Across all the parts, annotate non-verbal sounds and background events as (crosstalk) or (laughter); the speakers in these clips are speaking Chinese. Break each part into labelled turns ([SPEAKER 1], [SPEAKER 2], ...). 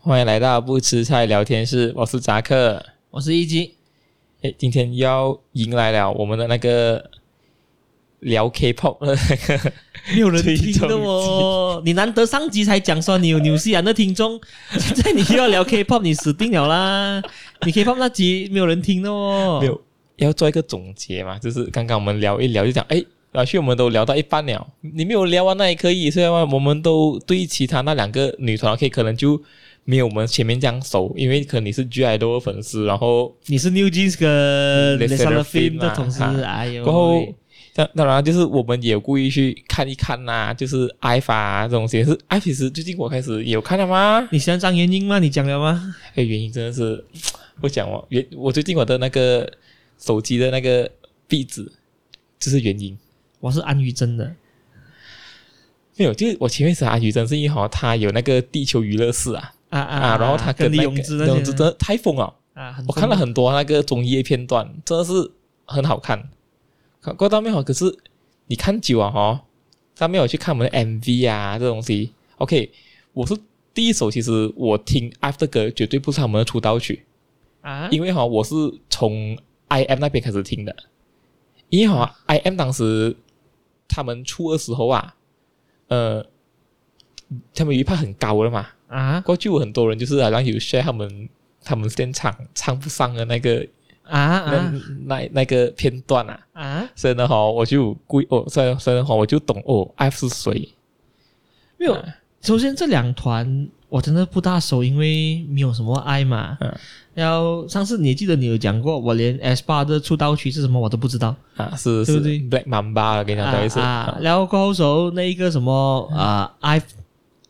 [SPEAKER 1] 欢迎来到不吃菜聊天室，我是扎克。
[SPEAKER 2] 我是一基，
[SPEAKER 1] 哎，今天要迎来了我们的那个聊 K-pop 的那个
[SPEAKER 2] 没有
[SPEAKER 1] 人听
[SPEAKER 2] 的哦。你难得上集才讲说你有纽西兰的听众，现在你又要聊 K-pop，你死定了啦！你 K-pop 那集没有人听的哦。
[SPEAKER 1] 没有要做一个总结嘛，就是刚刚我们聊一聊，就讲哎，老去我们都聊到一半了，你没有聊完那也可以，虽然我们都对其他那两个女团 K 可能就没有我们前面这样熟，因为可能你是 G I 多粉丝，然后
[SPEAKER 2] 你是 New Jeans 跟
[SPEAKER 1] Les
[SPEAKER 2] Les s a r a f i
[SPEAKER 1] Seraphim
[SPEAKER 2] m
[SPEAKER 1] 啦
[SPEAKER 2] 的同事，
[SPEAKER 1] 啊
[SPEAKER 2] 哎呦喂，
[SPEAKER 1] 过后，当当然就是我们也有故意去看一看呐、就是爱发、啊、这种东西是爱，其实最近我开始也有看了吗？
[SPEAKER 2] 你喜欢张元英吗？你讲了吗？
[SPEAKER 1] 哎，原因真的是不讲哦，原我最近我的那个手机的那个壁纸，这是原因。
[SPEAKER 2] 我是安于真的，
[SPEAKER 1] 没有，就是我前面是阿宇真是因为哈，他有那个地球娱乐室啊
[SPEAKER 2] 啊
[SPEAKER 1] 啊
[SPEAKER 2] 啊，
[SPEAKER 1] 然后他
[SPEAKER 2] 跟
[SPEAKER 1] 那
[SPEAKER 2] 李
[SPEAKER 1] 个
[SPEAKER 2] 永芝那
[SPEAKER 1] 李
[SPEAKER 2] 些
[SPEAKER 1] 永芝真的太疯了，
[SPEAKER 2] 啊，很
[SPEAKER 1] 我看了
[SPEAKER 2] 疯
[SPEAKER 1] 很多那个综艺片段，真的是很好看。看过到没有？可是你看久啊哈，到没有去看我们的 MV 啊这东西？OK，我是第一首，其实我听 After 歌绝对不是他们的出道曲，
[SPEAKER 2] 啊，
[SPEAKER 1] 因为哈哦我是从 I M 那边开始听的，因为哈 I M 当时他们出的时候啊，呃，他们有一派很高了嘛，
[SPEAKER 2] 啊
[SPEAKER 1] 过去有很多人就是好像有 share 他们他们现场唱不上的那个、
[SPEAKER 2] 啊啊
[SPEAKER 1] 那那那个片段啊，
[SPEAKER 2] 啊！
[SPEAKER 1] 所以呢哈，我就故意哦，所以所以呢哈，我就懂哦，F 是谁，
[SPEAKER 2] 没有
[SPEAKER 1] 啊
[SPEAKER 2] 首先这两团我真的不大熟，因为没有什么爱嘛。
[SPEAKER 1] 嗯
[SPEAKER 2] 然后上次你记得你有讲过，我连 S 八的出道曲是什么我都不知道。
[SPEAKER 1] 啊，是
[SPEAKER 2] 对
[SPEAKER 1] 是
[SPEAKER 2] 不对
[SPEAKER 1] Black Mamba，我跟你讲，不好意思，
[SPEAKER 2] 啊
[SPEAKER 1] 啊
[SPEAKER 2] 啊，然后过后时候那一个什么
[SPEAKER 1] 嗯
[SPEAKER 2] 啊、i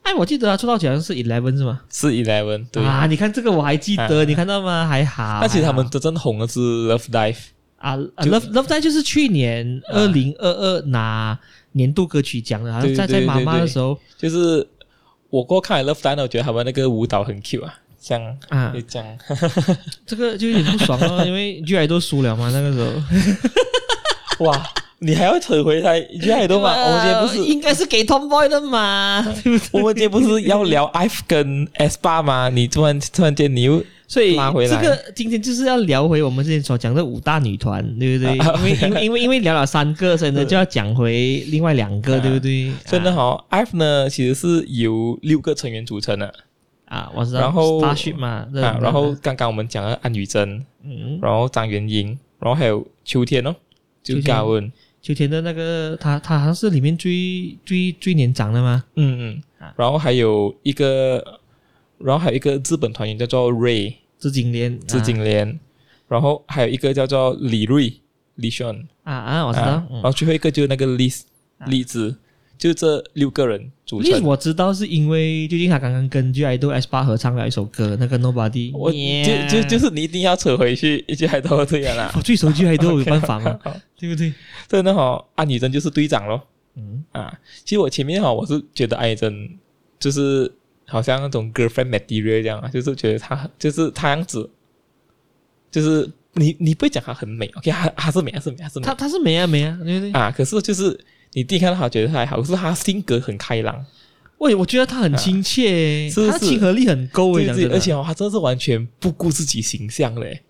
[SPEAKER 2] 哎，我记得啊，出道曲好像是 Eleven 是吗？
[SPEAKER 1] 是 Eleven，对。
[SPEAKER 2] 啊，你看这个我还记得，
[SPEAKER 1] 啊
[SPEAKER 2] 你看到吗？还好。
[SPEAKER 1] 但其实他们
[SPEAKER 2] 还好
[SPEAKER 1] 真正红的是 Love Dive，
[SPEAKER 2] 啊啊
[SPEAKER 1] 就
[SPEAKER 2] ，Love Love 在就是去年
[SPEAKER 1] 啊
[SPEAKER 2] 二零二二拿年度歌曲奖的，好像
[SPEAKER 1] 对
[SPEAKER 2] 在在
[SPEAKER 1] 对
[SPEAKER 2] 妈妈
[SPEAKER 1] 对
[SPEAKER 2] 的
[SPEAKER 1] 对
[SPEAKER 2] 时候
[SPEAKER 1] 就是我过后看了 Love Dive，呢我觉得他们那个舞蹈很 cute 啊，像
[SPEAKER 2] 啊
[SPEAKER 1] 就，这样，
[SPEAKER 2] 这个就有点不爽了，因为 G I 都输了嘛，那个时
[SPEAKER 1] (laughs)
[SPEAKER 2] 候。
[SPEAKER 1] 哇，你还要扯回来，你觉得还多
[SPEAKER 2] 啊
[SPEAKER 1] 吗？我们今天不是
[SPEAKER 2] 应该是给 Tomboy 的嘛，对不对？
[SPEAKER 1] 我们今天不是要聊 F 跟 S 八吗？你突然突然间你又
[SPEAKER 2] 所
[SPEAKER 1] (laughs)
[SPEAKER 2] 以
[SPEAKER 1] 拉回
[SPEAKER 2] 这
[SPEAKER 1] 来
[SPEAKER 2] 个今天就是要聊回我们之前所讲的五大女团，
[SPEAKER 1] (laughs)
[SPEAKER 2] 对不对？因为因为因为因为聊了三个，所以呢就要讲回另外两
[SPEAKER 1] (laughs)
[SPEAKER 2] 个，
[SPEAKER 1] 啊
[SPEAKER 2] 对不对？
[SPEAKER 1] 真的
[SPEAKER 2] 啊
[SPEAKER 1] 哈、f 呢其实是由六个成员组成的
[SPEAKER 2] 啊，我知道。
[SPEAKER 1] 然后
[SPEAKER 2] Starship 嘛，对
[SPEAKER 1] 啊。然后刚刚我们讲了安宇珍，
[SPEAKER 2] 嗯，
[SPEAKER 1] 然后张元英，然后还有秋天哦，就
[SPEAKER 2] 秋天
[SPEAKER 1] 高恩，
[SPEAKER 2] 秋天的那个他他好像是里面最最最年长的嘛，
[SPEAKER 1] 嗯嗯
[SPEAKER 2] 啊，
[SPEAKER 1] 然后还有一个，然后还有一个日本团员叫做 Ray
[SPEAKER 2] 资金莲，啊
[SPEAKER 1] 资金莲，然后还有一个叫做李瑞李炫，
[SPEAKER 2] 啊啊，我知
[SPEAKER 1] 啊
[SPEAKER 2] 道。
[SPEAKER 1] 然
[SPEAKER 2] 嗯
[SPEAKER 1] 后最后一个就是那个栗
[SPEAKER 2] 啊
[SPEAKER 1] 栗子，就这六个人组成
[SPEAKER 2] 为。我知道是因为最近他刚刚跟 G I 豆 S 八合唱了一首歌，那个 Nobody，
[SPEAKER 1] 我就就就是你一定要扯回去，一句还都这样啦。？
[SPEAKER 2] 我最熟 G I 豆有办法吗
[SPEAKER 1] (laughs) 好
[SPEAKER 2] 对不对？
[SPEAKER 1] 真的哦，安以真就是队长咯。
[SPEAKER 2] 嗯
[SPEAKER 1] 啊。其实我前面哈、我是觉得安以真就是好像那种 girlfriend material 这样啊，就是觉得她就是她样子，就是你你不会讲她很美，OK，她她是美，她是美，她是，美
[SPEAKER 2] 他他是美啊美啊，对不对？
[SPEAKER 1] 啊。可是就是你第一看到她觉得她还好，可是她性格很开朗，
[SPEAKER 2] 喂，我觉得他很亲切，
[SPEAKER 1] 啊
[SPEAKER 2] 欸
[SPEAKER 1] 是
[SPEAKER 2] 他
[SPEAKER 1] 是
[SPEAKER 2] 亲和力很够诶，
[SPEAKER 1] 对
[SPEAKER 2] 讲
[SPEAKER 1] 对，
[SPEAKER 2] 真的
[SPEAKER 1] 而且哦，他真的是完全不顾自己形象嘞，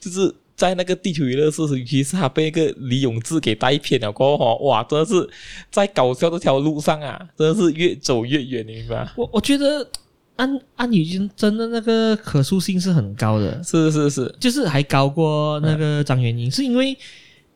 [SPEAKER 1] 就是在那个地球娱乐室，尤其是他被那个李永志给带偏了过后哦，哇，真的是在搞笑这条路上啊，真的是越走越远，你明白吗？
[SPEAKER 2] 我我觉得安安宇真真的那个可塑性是很高的，
[SPEAKER 1] 是是是，
[SPEAKER 2] 就是还高过那个张元英，是因为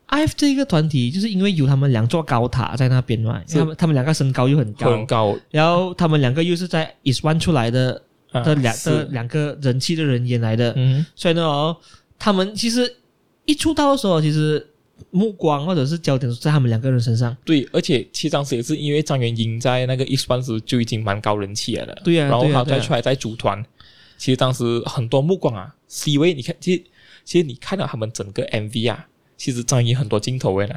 [SPEAKER 2] IF 这个团体，就是因为有他们两座高塔在那边嘛，
[SPEAKER 1] 是
[SPEAKER 2] 他们他们两个身高又很高，
[SPEAKER 1] 很高
[SPEAKER 2] 然后他们两个又是在 Is One 出来的
[SPEAKER 1] 啊，
[SPEAKER 2] 的两的
[SPEAKER 1] 是
[SPEAKER 2] 两个人气的人演来的，
[SPEAKER 1] 嗯
[SPEAKER 2] 所以呢、哦，他们其实一出道的时候，其实目光或者是焦点都在他们两个人身上。
[SPEAKER 1] 对，而且其实当时也是因为张元英在那个一三时就已经蛮高人气了的，
[SPEAKER 2] 对呀、啊
[SPEAKER 1] 然后
[SPEAKER 2] 对呀
[SPEAKER 1] 他
[SPEAKER 2] 对
[SPEAKER 1] 再
[SPEAKER 2] 呀
[SPEAKER 1] 出来再组团，其实当时很多目光啊，C 位，你看，其实其实你看到他们整个 MV 啊，其实张元英很多镜头位呢。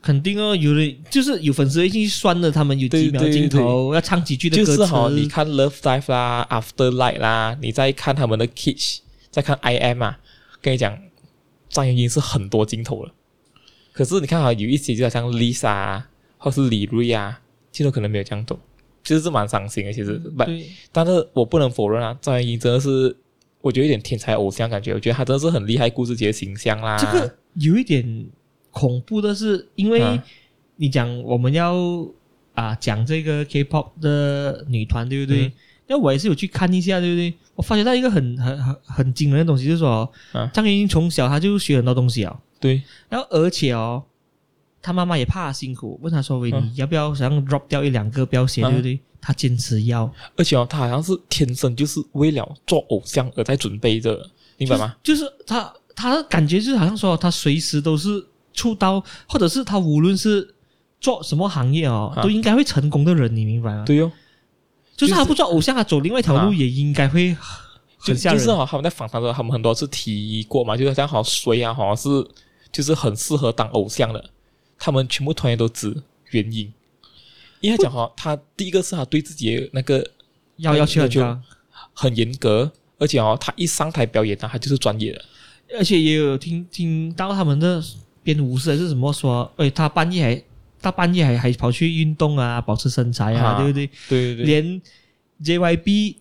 [SPEAKER 2] 肯定哦，有的就是有粉丝会去酸的，他们有几秒
[SPEAKER 1] 对对
[SPEAKER 2] 镜头要唱几句的
[SPEAKER 1] 就
[SPEAKER 2] 歌词，
[SPEAKER 1] 是哈、你看 Love Dive 啦，After Light 啦，你再看他们的 Kitsch，再看 I M 啊，跟你讲，张元英是很多镜头了。啊可是你看哈、有一些就好像 Lisa 啊，或是李瑞啊，镜头可能没有这样多。其实是蛮伤心的。其实，但
[SPEAKER 2] 对，
[SPEAKER 1] 但是我不能否认啊，赵元英真的是我觉得有点天才偶像感觉，我觉得他真的是很厉害，顾志杰形象啦。
[SPEAKER 2] 这个有一点恐怖的是，因为
[SPEAKER 1] 啊
[SPEAKER 2] 你讲我们要啊讲这个 K-pop 的女团，对不对
[SPEAKER 1] 嗯？
[SPEAKER 2] 那、我也是有去看一下，对不对？我发觉到一个很很很很惊人的东西，就是说
[SPEAKER 1] 啊，
[SPEAKER 2] 张元英从小她就学很多东西啊，
[SPEAKER 1] 对，
[SPEAKER 2] 然后而且哦，她妈妈也怕她辛苦，问她说：“喂，
[SPEAKER 1] 啊
[SPEAKER 2] 你要不要想要 drop 掉一两个标写，
[SPEAKER 1] 啊
[SPEAKER 2] 对不对？”她坚持要，
[SPEAKER 1] 而且哦，他好像是天生就是为了做偶像而在准备的，明白吗？
[SPEAKER 2] 就是他他感觉就是好像说他随时都是出刀，或者是他无论是做什么行业哦，
[SPEAKER 1] 啊
[SPEAKER 2] 都应该会成功的人，你明白吗？，
[SPEAKER 1] 对哟、哦，
[SPEAKER 2] 就是
[SPEAKER 1] 就是
[SPEAKER 2] 他不做偶像，他走另外一条路
[SPEAKER 1] 啊
[SPEAKER 2] 也应该会
[SPEAKER 1] 就
[SPEAKER 2] 很吓
[SPEAKER 1] 就
[SPEAKER 2] 人。
[SPEAKER 1] 是哦，他们在访谈的时候，他们很多次提过嘛，就是像好像谁啊，好像是就是很适合当偶像的，他们全部团员都指原因，因为他讲哈，他第一个是他对自己的那个
[SPEAKER 2] 要要求很
[SPEAKER 1] 就
[SPEAKER 2] 高，
[SPEAKER 1] 很严格，而且哦，他一上台表演呢，他就是专业的。
[SPEAKER 2] 而且也有听听到他们的编舞师还是什么说，哎，他半夜还他半夜还还跑去运动啊，保持身材啊，
[SPEAKER 1] 啊
[SPEAKER 2] 对不对？
[SPEAKER 1] 对对对，
[SPEAKER 2] 连 JYP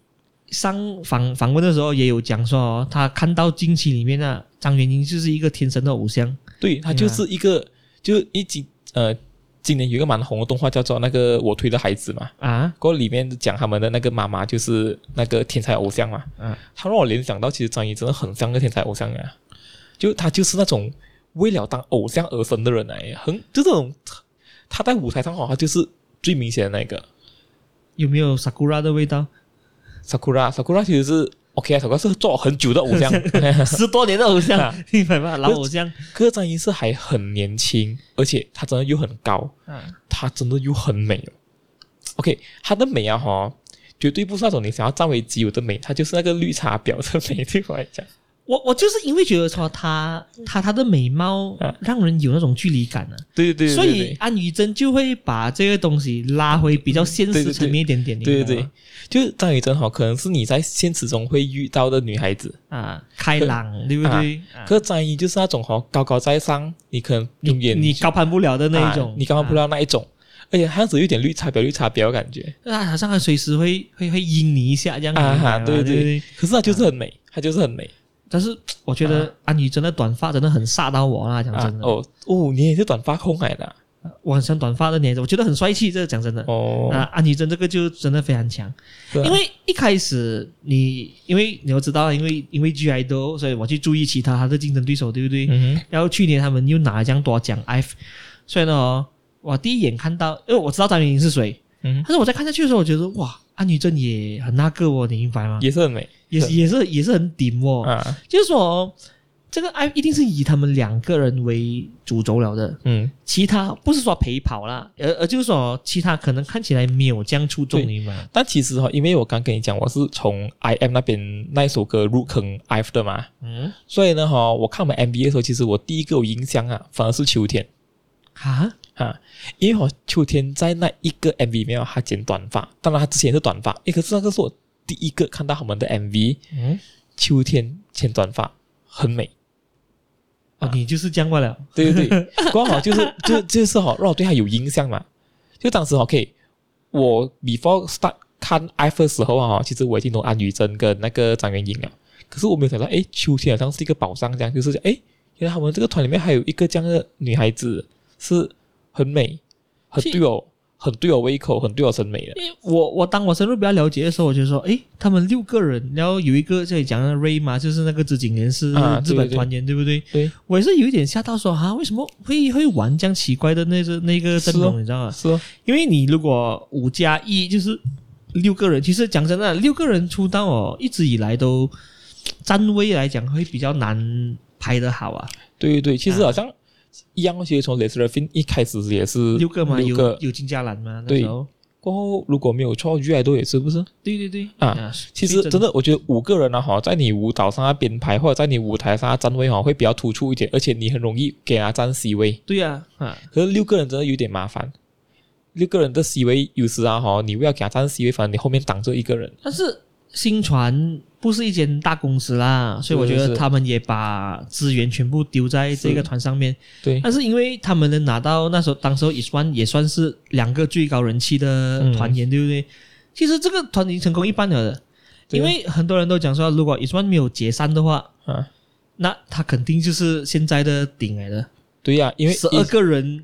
[SPEAKER 2] 上访访问的时候也有讲说、哦，他看到近期里面啊，张元英就是一个天生的偶像，
[SPEAKER 1] 对他就是一个，就一几呃，今年有一个蛮红的动画叫做那个我推的孩子嘛，
[SPEAKER 2] 啊，
[SPEAKER 1] 过里面讲他们的那个妈妈就是那个天才偶像嘛，
[SPEAKER 2] 嗯，
[SPEAKER 1] 他让我联想到其实张译真的很像个天才偶像啊，就他就是那种为了当偶像而生的人哎，很就这种他在舞台上好像就是最明显的那个
[SPEAKER 2] 有没有 Sakura 的味道？
[SPEAKER 1] Sakura Sakura 其实是 OK 啊，Sakura 是做很久的偶像，
[SPEAKER 2] (laughs) 十多年的偶像 (laughs)
[SPEAKER 1] 啊，
[SPEAKER 2] 明白吗？老偶像，
[SPEAKER 1] 可是张译是还很年轻，而且他真的又很高，
[SPEAKER 2] 啊
[SPEAKER 1] 她真的又很美哦。OK，她的美啊哈，绝对不是那种你想要占为己有的美，她就是那个绿茶婊的美。对我来讲，
[SPEAKER 2] (laughs) 我我就是因为觉得说她她她的美貌
[SPEAKER 1] 啊
[SPEAKER 2] 让人有那种距离感啊，
[SPEAKER 1] 对对对，
[SPEAKER 2] 所以安以真就会把这个东西拉回比较现
[SPEAKER 1] 对
[SPEAKER 2] 实
[SPEAKER 1] 对对
[SPEAKER 2] 层面一点点，你
[SPEAKER 1] 对对
[SPEAKER 2] 明白
[SPEAKER 1] 对
[SPEAKER 2] 吗，
[SPEAKER 1] 就是张雨珍哈，可能是你在现实中会遇到的女孩子，
[SPEAKER 2] 啊，开朗，对不对？啊
[SPEAKER 1] 可是张一就是那种哈高高在上，你可能永远
[SPEAKER 2] 你高攀不了的那一种
[SPEAKER 1] 啊，你刚刚
[SPEAKER 2] 啊
[SPEAKER 1] 不知道那一种，而且她样子有点绿茶婊绿茶婊的感觉
[SPEAKER 2] 那好像他随时会会会阴你一下这样子
[SPEAKER 1] 啊哈，
[SPEAKER 2] 你明白吗
[SPEAKER 1] 对
[SPEAKER 2] 对
[SPEAKER 1] 对
[SPEAKER 2] 不
[SPEAKER 1] 对，可是她就是很美，她就是很美
[SPEAKER 2] 但是我觉得安宇真的短发真的很煞到我啦，讲
[SPEAKER 1] 啊
[SPEAKER 2] 真的，
[SPEAKER 1] 哦哦，你也是短发控来的啊
[SPEAKER 2] 我很喜欢短发的女孩子，我觉得很帅气。这个讲真的，
[SPEAKER 1] 哦，
[SPEAKER 2] 啊，安宇真这个就真的非常强。
[SPEAKER 1] 是啊
[SPEAKER 2] 因为一开始你，因为你要知道，因为因为 G I 都，所以我去注意其他他的竞争对手，对不对？
[SPEAKER 1] 嗯哼
[SPEAKER 2] 然后去年他们又拿了这样多奖，F，所以呢、哦，我第一眼看到，因为我知道张雨宁是谁，
[SPEAKER 1] 嗯哼
[SPEAKER 2] 但，是我在看下去的时候，我觉得哇，安宇真也很那个哦，你明白吗？
[SPEAKER 1] 啊也是很美
[SPEAKER 2] 也是也是也是很顶哦。
[SPEAKER 1] 啊，
[SPEAKER 2] 就是说，哦这个爱一定是以他们两个人为主轴了的，
[SPEAKER 1] 嗯。
[SPEAKER 2] 其他不是说陪跑啦，而而就是说其他可能看起来没有这样出众，
[SPEAKER 1] 对
[SPEAKER 2] 你明白吗？
[SPEAKER 1] 但其实哈、哦，因为我刚跟你讲，我是从 I M 那边那一首歌入坑 I've 的嘛，
[SPEAKER 2] 嗯，
[SPEAKER 1] 所以呢哈、我看我们 M B A 的时候，其实我第一个有印象啊，反而是秋天
[SPEAKER 2] 啊，
[SPEAKER 1] 啊，因为哈、秋天在那一个 M V 里面、哦，他剪短发，当然他之前也是短发，诶，可是那个是我第一个看到他们的 M V，
[SPEAKER 2] 嗯，
[SPEAKER 1] 秋天剪短发很美，啊
[SPEAKER 2] 哦，你就是这样罢了，
[SPEAKER 1] 对对 (laughs) 对，刚好就是就就是哈、让我对他有印象嘛，就当时 OK，我 before start 看 F 的时候啊，其实我已经懂安宇真跟那个张元英了，可是我没有想到，哎，秋天好像是一个宝藏，这样就是哎，原来他们这个团里面还有一个这样的女孩子是很美，很
[SPEAKER 2] 是
[SPEAKER 1] 对我，很对我胃口，很对我审美的。啊
[SPEAKER 2] 因为我我当我深入比较了解的时候，我就说，诶，他们六个人，然后有一个这里讲的 Ray 嘛，就是那个知景莲是
[SPEAKER 1] 啊对
[SPEAKER 2] 日本
[SPEAKER 1] 对
[SPEAKER 2] 团员，对不对？
[SPEAKER 1] 对，
[SPEAKER 2] 我也是有一点吓到说，啊，为什么会会玩这样奇怪的那个那个阵
[SPEAKER 1] 是哦
[SPEAKER 2] 容，你知道吗？
[SPEAKER 1] 是哦，
[SPEAKER 2] 因为你如果五加一就是六个人，其实讲真的，六个人出道哦，一直以来都呃站位来讲会比较难拍得好啊。
[SPEAKER 1] 对对对，其实好像一样哦，其实从 l e s l e r f i n 一开始也是
[SPEAKER 2] 六个嘛，
[SPEAKER 1] 六个
[SPEAKER 2] 有，有金嘉兰嘛，那
[SPEAKER 1] 对
[SPEAKER 2] 时候，
[SPEAKER 1] 过后如果没有错，越来多也是不是？
[SPEAKER 2] 对对对
[SPEAKER 1] 啊其实真的，我觉得五个人啊，哈，在你舞蹈上啊编排，或者在你舞台上啊站位哈，会比较突出一点，而且你很容易给他占 C 位。
[SPEAKER 2] 对啊啊，
[SPEAKER 1] 可是六个人真的有点麻烦，六个人的 C 位有时啊哈，你为了给他占 C 位，反正你后面挡着一个人。
[SPEAKER 2] 但是新传不是一间大公司啦，所以我觉
[SPEAKER 1] 是是
[SPEAKER 2] 得
[SPEAKER 1] 是
[SPEAKER 2] 他们也把资源全部丢在这个
[SPEAKER 1] 是
[SPEAKER 2] 团上面。
[SPEAKER 1] 对，
[SPEAKER 2] 但是因为他们能拿到那时候，当时候也算也算是两个最高人气的团
[SPEAKER 1] 嗯
[SPEAKER 2] 员，对不对？其实这个团已经成功一半了的，
[SPEAKER 1] 对
[SPEAKER 2] 因
[SPEAKER 1] 啊
[SPEAKER 2] 为很多人都讲说，如果 i s o n 没有解散的话，
[SPEAKER 1] 啊，
[SPEAKER 2] 那他肯定就是现在的顶来的，
[SPEAKER 1] 对呀、因为
[SPEAKER 2] 十二个人，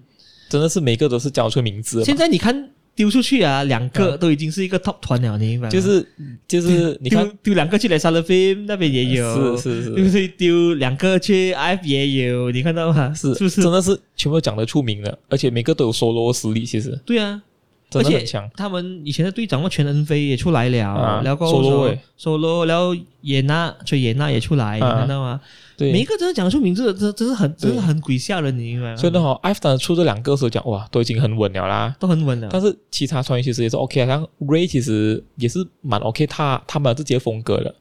[SPEAKER 1] 真的是每个都是交出名字的嘛
[SPEAKER 2] 现在你看丢出去啊，两个都已经是一个 top 团了，你明白吗？
[SPEAKER 1] 就是就是你看
[SPEAKER 2] 丢，丢两个去雷沙勒菲那边也有，
[SPEAKER 1] 是是是
[SPEAKER 2] 对不对？丢两个去 F 也有，你看到吗？
[SPEAKER 1] 是
[SPEAKER 2] 是不是
[SPEAKER 1] 真？的是全部都讲得出名的，而且每个都有 solo 实力，其实
[SPEAKER 2] 对啊，
[SPEAKER 1] 真的
[SPEAKER 2] 而且
[SPEAKER 1] 很强。
[SPEAKER 2] 他们以前的队长嘛，全恩飞也出来了
[SPEAKER 1] 啊，
[SPEAKER 2] 然后
[SPEAKER 1] solo 欸
[SPEAKER 2] solo，然后也纳崔也纳也出来，你
[SPEAKER 1] 啊
[SPEAKER 2] 看到吗？
[SPEAKER 1] 对，
[SPEAKER 2] 每一个真的讲出名字，真真是很
[SPEAKER 1] 对
[SPEAKER 2] 真是很鬼吓人，你明白吗？
[SPEAKER 1] 所以呢，哈，艾弗当时出这两个的时候讲，哇，都已经很稳了啦。
[SPEAKER 2] 都很稳了。啊
[SPEAKER 1] 但是其他团员其实也是 OK 啊，像 Ray 其实也是蛮 OK，他他们自己的风格的。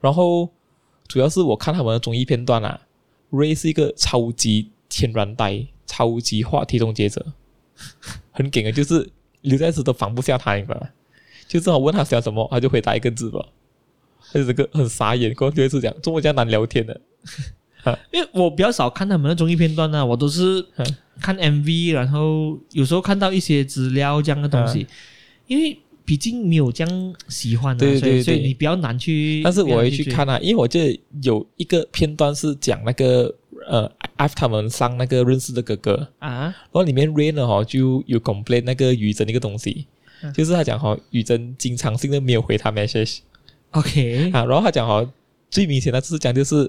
[SPEAKER 1] 然后主要是我看他们的综艺片段啊，Ray 是一个超级天然呆、超级话题终结者， (laughs) 很梗的，就是刘在石都防不下他，你明白吗？就是我问他想什么，他就回答一个字吧，他就这个很傻眼，过后就会是讲中国这样难聊天的，
[SPEAKER 2] 因为我比较少看他们的综艺片段啊呢、我都是
[SPEAKER 1] 嗯
[SPEAKER 2] 看 MV，然后有时候看到一些资料这样的东西，
[SPEAKER 1] 嗯
[SPEAKER 2] 因为毕竟没有这样喜欢的、
[SPEAKER 1] 对
[SPEAKER 2] 所以
[SPEAKER 1] 对
[SPEAKER 2] 所以
[SPEAKER 1] 对
[SPEAKER 2] 你比较难去。
[SPEAKER 1] 但是我会
[SPEAKER 2] 比较难
[SPEAKER 1] 去
[SPEAKER 2] 追
[SPEAKER 1] 看啊，因为我记得有一个片段是讲那个呃，F 他们上那个认识的哥哥，然
[SPEAKER 2] 啊，
[SPEAKER 1] 后里面 Rain 呢哦就有 complain 那个雨珍那个东西，
[SPEAKER 2] 嗯
[SPEAKER 1] 就是他讲哈、哦、雨珍经常性的没有回他 message
[SPEAKER 2] OK，
[SPEAKER 1] 啊，然后他讲哦最明显的就是讲就是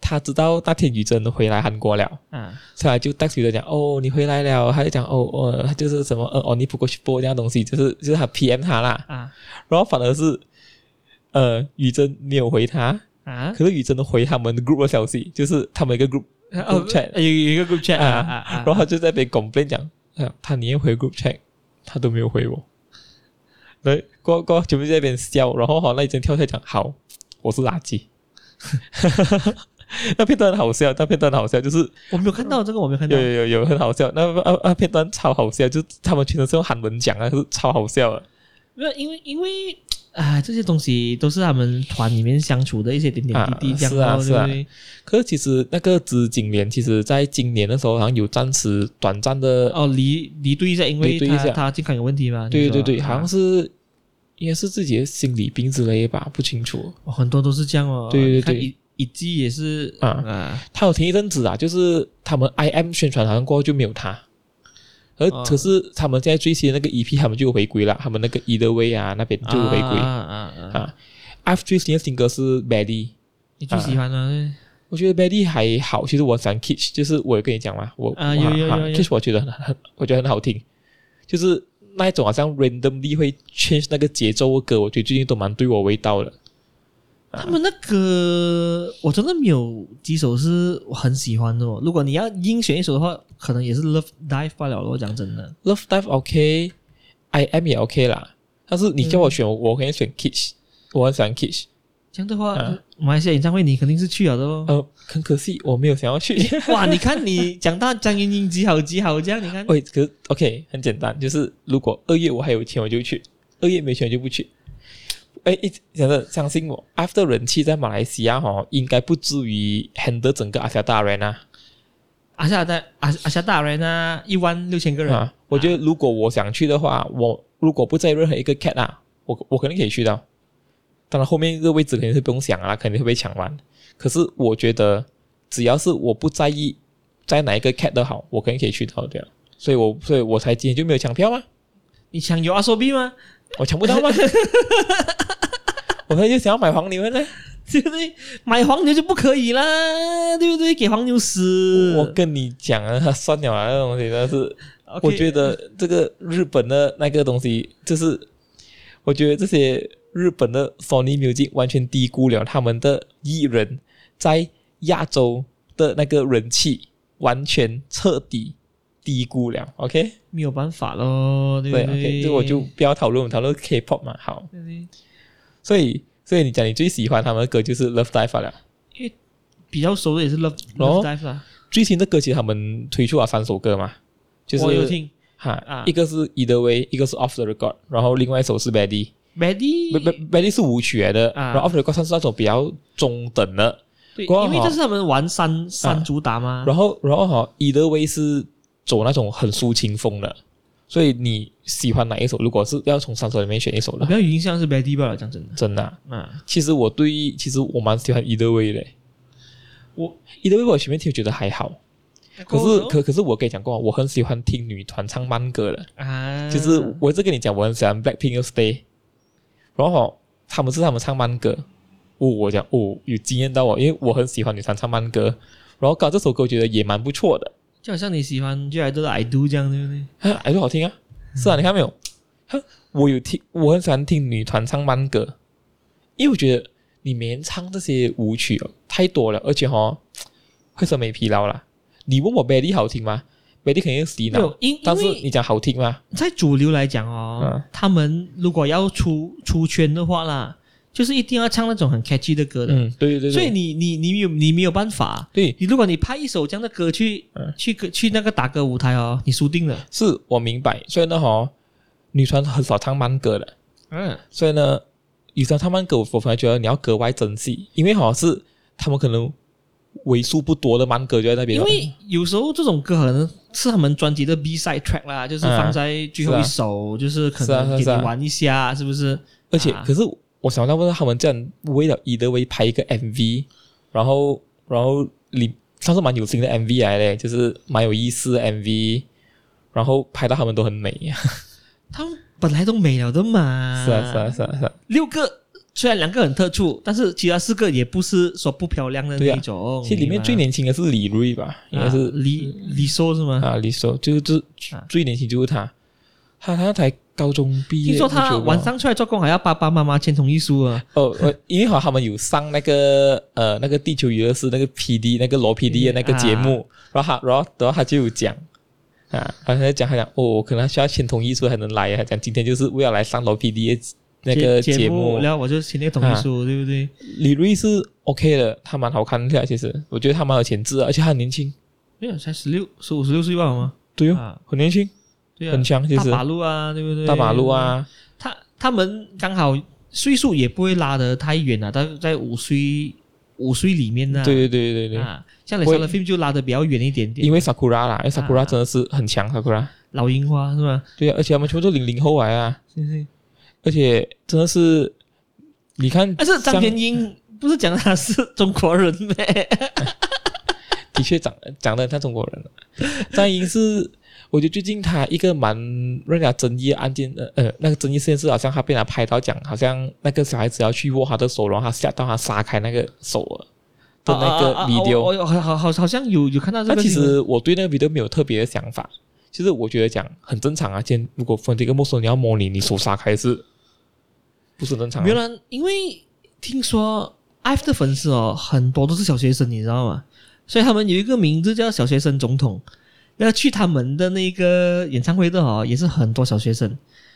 [SPEAKER 1] 他知道那天雨珍回来韩国了。
[SPEAKER 2] 啊，
[SPEAKER 1] 所以他就 text 雨珍讲哦，你回来了，他就讲哦，哦，他就是什么呃，哦，你不过去播这样东西，就是就是他 PM 他啦，
[SPEAKER 2] 啊
[SPEAKER 1] 然后反而是呃，雨珍没有回他，
[SPEAKER 2] 啊，
[SPEAKER 1] 可是雨真的回他们 group 的消息，就是他们一个 group，
[SPEAKER 2] 哦
[SPEAKER 1] group chat
[SPEAKER 2] 有有一个 group chat 啊
[SPEAKER 1] 啊
[SPEAKER 2] 啊啊，
[SPEAKER 1] 然后他就在那边 complain 讲，哎呀他连回 group chat，他都没有回我。对，过过全部在那边笑，然后好那一阵跳出来讲，好，我是垃圾。 (laughs) 那片段很好笑，那片段很好笑，就是
[SPEAKER 2] 我没有看到这个，我没有看到
[SPEAKER 1] 有有有有很好笑，那那那片段超好笑，就是他们全都是用韩文讲啊，是超好笑的。
[SPEAKER 2] 没有，因为因为啊，这些东西都是他们团里面相处的一些点点滴滴，
[SPEAKER 1] 啊
[SPEAKER 2] 这样
[SPEAKER 1] 是啊
[SPEAKER 2] 咯
[SPEAKER 1] 是啊
[SPEAKER 2] 对不对
[SPEAKER 1] 可是其实那个紫金莲，其实在今年的时候好像有暂时短暂的
[SPEAKER 2] 哦，离离队一下，因为
[SPEAKER 1] 离队一
[SPEAKER 2] 他
[SPEAKER 1] 下
[SPEAKER 2] 他健康有问题嘛。
[SPEAKER 1] 对
[SPEAKER 2] 你说
[SPEAKER 1] 对对，好
[SPEAKER 2] 啊
[SPEAKER 1] 像是应该是自己的心理病之类吧，不清楚。
[SPEAKER 2] 哦很多都是这样哦。
[SPEAKER 1] 对对
[SPEAKER 2] 你看
[SPEAKER 1] 对
[SPEAKER 2] 一一季也是
[SPEAKER 1] 啊
[SPEAKER 2] 啊
[SPEAKER 1] 他有停一阵子啊，就是他们 I M 宣传好像过后就没有他，而
[SPEAKER 2] 哦
[SPEAKER 1] 可是他们现在最新的那个 EP 他们就有回归了，他们那个 Either Way 啊那边就有回归。
[SPEAKER 2] 啊啊啊啊！
[SPEAKER 1] 啊 F 最新的新歌是 Betty，
[SPEAKER 2] 你最喜欢啊的
[SPEAKER 1] 我觉得 Betty 还好，其实我喜欢 Kiss，就是我有跟你讲嘛，我
[SPEAKER 2] 啊有有有有
[SPEAKER 1] Kiss 我觉得很很我觉得很好听，就是那一种好像 randomly 会 change 那个节奏的歌，我觉得最近都蛮对我味道的。啊
[SPEAKER 2] 他们那个我真的没有几首是我很喜欢的哦。如果你要硬选一首的话，可能也是《Love Dive》罢了咯。我讲真的，
[SPEAKER 1] Love Dive OK，I M 也 OK 啦。但是你叫我选，我肯定选 Kiss，我很喜欢 Kiss。
[SPEAKER 2] 这样的话
[SPEAKER 1] 啊，
[SPEAKER 2] 马来西亚演唱会你肯定是去了的咯。
[SPEAKER 1] 呃，很可惜我没有想要去。
[SPEAKER 2] (laughs) 哇，你看你讲到张芸英几好几好，这样你看
[SPEAKER 1] 喂，可是 OK，很简单，就是如果二月我还有钱，我就去；二月没钱我就不去。哎，一真的相信我，After 人气在马来西亚哦，应该不至于 handle 整个阿加大人啊。
[SPEAKER 2] 阿夏大阿阿夏啊大人啊，一万六千个人，
[SPEAKER 1] 啊，我觉得如果我想去的话，我如果不在任何一个 cat 啊，我我肯定可以去的。当然，后面这个位置肯定是不用想啊，肯定会被抢完。可是我觉得，只要是我不在意在哪一个 cat 都好，我肯定可以去到的。所以我所以我才今天就没有抢票吗？
[SPEAKER 2] 你抢有阿说 B 吗？ (laughs)
[SPEAKER 1] 我抢不到吗？我才就想要买黄牛呢。
[SPEAKER 2] 对不对？买黄牛就不可以啦，对不对？给黄牛死。
[SPEAKER 1] 我跟你讲啊，算了啊，那东西真的是。我觉
[SPEAKER 2] 得
[SPEAKER 1] 得这个日本的那个东西，就是我觉得这些日本的 Sony Music 完全低估了他们的艺人在亚洲的那个人气，完全彻底低估了。OK，
[SPEAKER 2] 没有办法咯，对不
[SPEAKER 1] 对
[SPEAKER 2] 对
[SPEAKER 1] OK，这个我就不要讨论，我们讨论 K-pop 嘛。好，
[SPEAKER 2] 对不对
[SPEAKER 1] 所以所以你讲你最喜欢他们的歌就是 Love Dive 了。
[SPEAKER 2] 比较熟的也是 Love
[SPEAKER 1] 咯
[SPEAKER 2] Love Dive 啦，
[SPEAKER 1] 最新的歌其实他们推出了三首歌嘛，就是
[SPEAKER 2] 我有听
[SPEAKER 1] 哈，
[SPEAKER 2] 啊
[SPEAKER 1] 一个是 Either Way，一个是 Off the Record，然后另外一首是 Body，
[SPEAKER 2] Ready，
[SPEAKER 1] b a d b a d 是舞曲来的，
[SPEAKER 2] 啊
[SPEAKER 1] 然后 Off the Record 算是那种比较中等的，
[SPEAKER 2] 对，
[SPEAKER 1] 国王
[SPEAKER 2] 因为
[SPEAKER 1] 哦
[SPEAKER 2] 这是他们玩三三主打嘛，
[SPEAKER 1] 然后然后哈 Either Way 是走那种很抒情风的，所以你喜欢哪一首？如果是要从三首里面选一首
[SPEAKER 2] 我
[SPEAKER 1] 的
[SPEAKER 2] 比，较有印象是 Ready 吧，讲真的，
[SPEAKER 1] 真的啊、
[SPEAKER 2] 啊，
[SPEAKER 1] 其实我对其实我蛮喜欢 Either Way 的，我 Either Way 我前面听觉得还好，可
[SPEAKER 2] 哦
[SPEAKER 1] 是可可是我跟你讲过，啊我很喜欢听女团唱慢歌的。
[SPEAKER 2] 啊，
[SPEAKER 1] 就是我一直跟你讲，我很喜欢 Blackpink 又 Stay，然后他们是他们唱慢歌，哦，我讲哦有惊艳到我，因为我很喜欢女团唱慢歌，然后刚好这首歌我觉得也蛮不错的，
[SPEAKER 2] 就好像你喜欢就来都是 I do 这样，对不对？
[SPEAKER 1] 啊还是好听啊，是啊，你看没有？哼我有听，我很喜欢听女团唱慢歌，因为我觉得你每天唱这些舞曲、哦、太多了，而且哈、哦、会审美疲劳啦。你问我 b a d y 好听吗 b a d y 肯定是洗
[SPEAKER 2] 没有
[SPEAKER 1] 脑，，
[SPEAKER 2] 因因
[SPEAKER 1] 但是
[SPEAKER 2] 为
[SPEAKER 1] 你讲好听吗？
[SPEAKER 2] 在主流来讲哦，
[SPEAKER 1] 嗯
[SPEAKER 2] 他们如果要出出圈的话啦，就是一定要唱那种很 catchy 的歌的，
[SPEAKER 1] 嗯，对对对，
[SPEAKER 2] 所以你你你有你没有办法。
[SPEAKER 1] 对
[SPEAKER 2] 你如果你拍一首这样的歌去、
[SPEAKER 1] 嗯
[SPEAKER 2] 去歌去那个打歌舞台哦，你输定了。
[SPEAKER 1] 是我明白，所以呢，哈，女团很少唱慢歌的，
[SPEAKER 2] 嗯，
[SPEAKER 1] 所以呢，女团唱慢歌，我反而觉得你要格外珍惜，因为好像是他们可能为数不多的慢歌就在那边
[SPEAKER 2] 因
[SPEAKER 1] 了，
[SPEAKER 2] 为有时候这种歌可能是他们专辑的 B side track 啦，就是放在最后一首，就是可
[SPEAKER 1] 嗯是啊
[SPEAKER 2] 能给
[SPEAKER 1] 是
[SPEAKER 2] 你
[SPEAKER 1] 啊
[SPEAKER 2] 玩一下，是不是？
[SPEAKER 1] 而且、
[SPEAKER 2] 啊
[SPEAKER 1] 可是我想到问他们这样为了伊德威拍一个 MV，然后然后里算是蛮有心的 MV 来嘞，就是蛮有意思的 MV，然后拍到他们都很美，
[SPEAKER 2] 啊他们本来都没有的嘛。
[SPEAKER 1] (laughs) 是啊是啊是啊是啊，
[SPEAKER 2] 六个虽然两个很特殊，但是其他四个也不是说不漂亮的
[SPEAKER 1] 对
[SPEAKER 2] 那
[SPEAKER 1] 啊
[SPEAKER 2] 一种。
[SPEAKER 1] 其实里面最
[SPEAKER 2] 你
[SPEAKER 1] 年轻的是李瑞吧，应
[SPEAKER 2] 明白
[SPEAKER 1] 该
[SPEAKER 2] 吗
[SPEAKER 1] 是
[SPEAKER 2] 啊李李硕是吗？
[SPEAKER 1] 啊，李手就是就是
[SPEAKER 2] 啊
[SPEAKER 1] 最年轻就是他，他他才高中毕业，
[SPEAKER 2] 听说
[SPEAKER 1] 不
[SPEAKER 2] 他
[SPEAKER 1] 久吧
[SPEAKER 2] 晚上出来做工还要爸爸妈妈签同意书啊。
[SPEAKER 1] 哦，呃因为好像他们有上那个呃那个地球娱乐室那个 P D 那个罗 P D 的那个节目，
[SPEAKER 2] 啊
[SPEAKER 1] 然后他然后然后他就有讲啊，然后他就讲他讲哦，我可能需要签同意书才能来啊，他讲今天就是为了来上罗 P D 的那个
[SPEAKER 2] 节
[SPEAKER 1] 节
[SPEAKER 2] 目，
[SPEAKER 1] 目。啊
[SPEAKER 2] 然后我就签那个同意书，对不对？
[SPEAKER 1] 李瑞是 OK 的，他蛮好看的，其实我觉得他蛮有潜质的，而且他很年轻，
[SPEAKER 2] 没有，才十六、十五、十六岁吧，好吗？
[SPEAKER 1] 对哦，
[SPEAKER 2] 啊，
[SPEAKER 1] 很年轻，
[SPEAKER 2] 对啊，
[SPEAKER 1] 很强，其
[SPEAKER 2] 大
[SPEAKER 1] 实
[SPEAKER 2] 马路啊，对不对？
[SPEAKER 1] 大马路，啊，
[SPEAKER 2] 他他们刚好岁数也不会拉得太远啊，但在五岁五岁里面呢、
[SPEAKER 1] 对对对对对。
[SPEAKER 2] 啊，像雷莎的 film 就拉得比较远一点点，
[SPEAKER 1] 因为 Sakura 啦，因为
[SPEAKER 2] 啊
[SPEAKER 1] Sakura 真的是很强，Sakura。
[SPEAKER 2] 老樱花是吧？
[SPEAKER 1] 对啊，而且他们全部都零零后来啊，而且真的是，你看，
[SPEAKER 2] 啊但是哎张
[SPEAKER 1] 像
[SPEAKER 2] 元英不是讲他是中国人咩？
[SPEAKER 1] 的确长长得很像中国人了。 (laughs) 张莹是，我觉得最近她一个蛮让人家争议的案件，呃呃，那个争议事件是好像她被人家拍到讲，好像那个小孩子要去握她的手，然后她吓到她撒开那个手了的那个
[SPEAKER 2] 啊啊啊啊
[SPEAKER 1] video。
[SPEAKER 2] 我我好好好好像有有看到这
[SPEAKER 1] 但
[SPEAKER 2] 个
[SPEAKER 1] 其
[SPEAKER 2] 新闻，
[SPEAKER 1] 实我对那个 video 没有特别的想法，其实我觉得讲很正常啊。今天如果分这个陌生人你要摸你，你手撒开是，不是很正常、啊？
[SPEAKER 2] 原来因为听说 IF 的粉丝哦，很多都是小学生，你知道吗？所以他们有一个名字叫小学生总统。要去他们的那个演唱会的哦，也是很多小学生，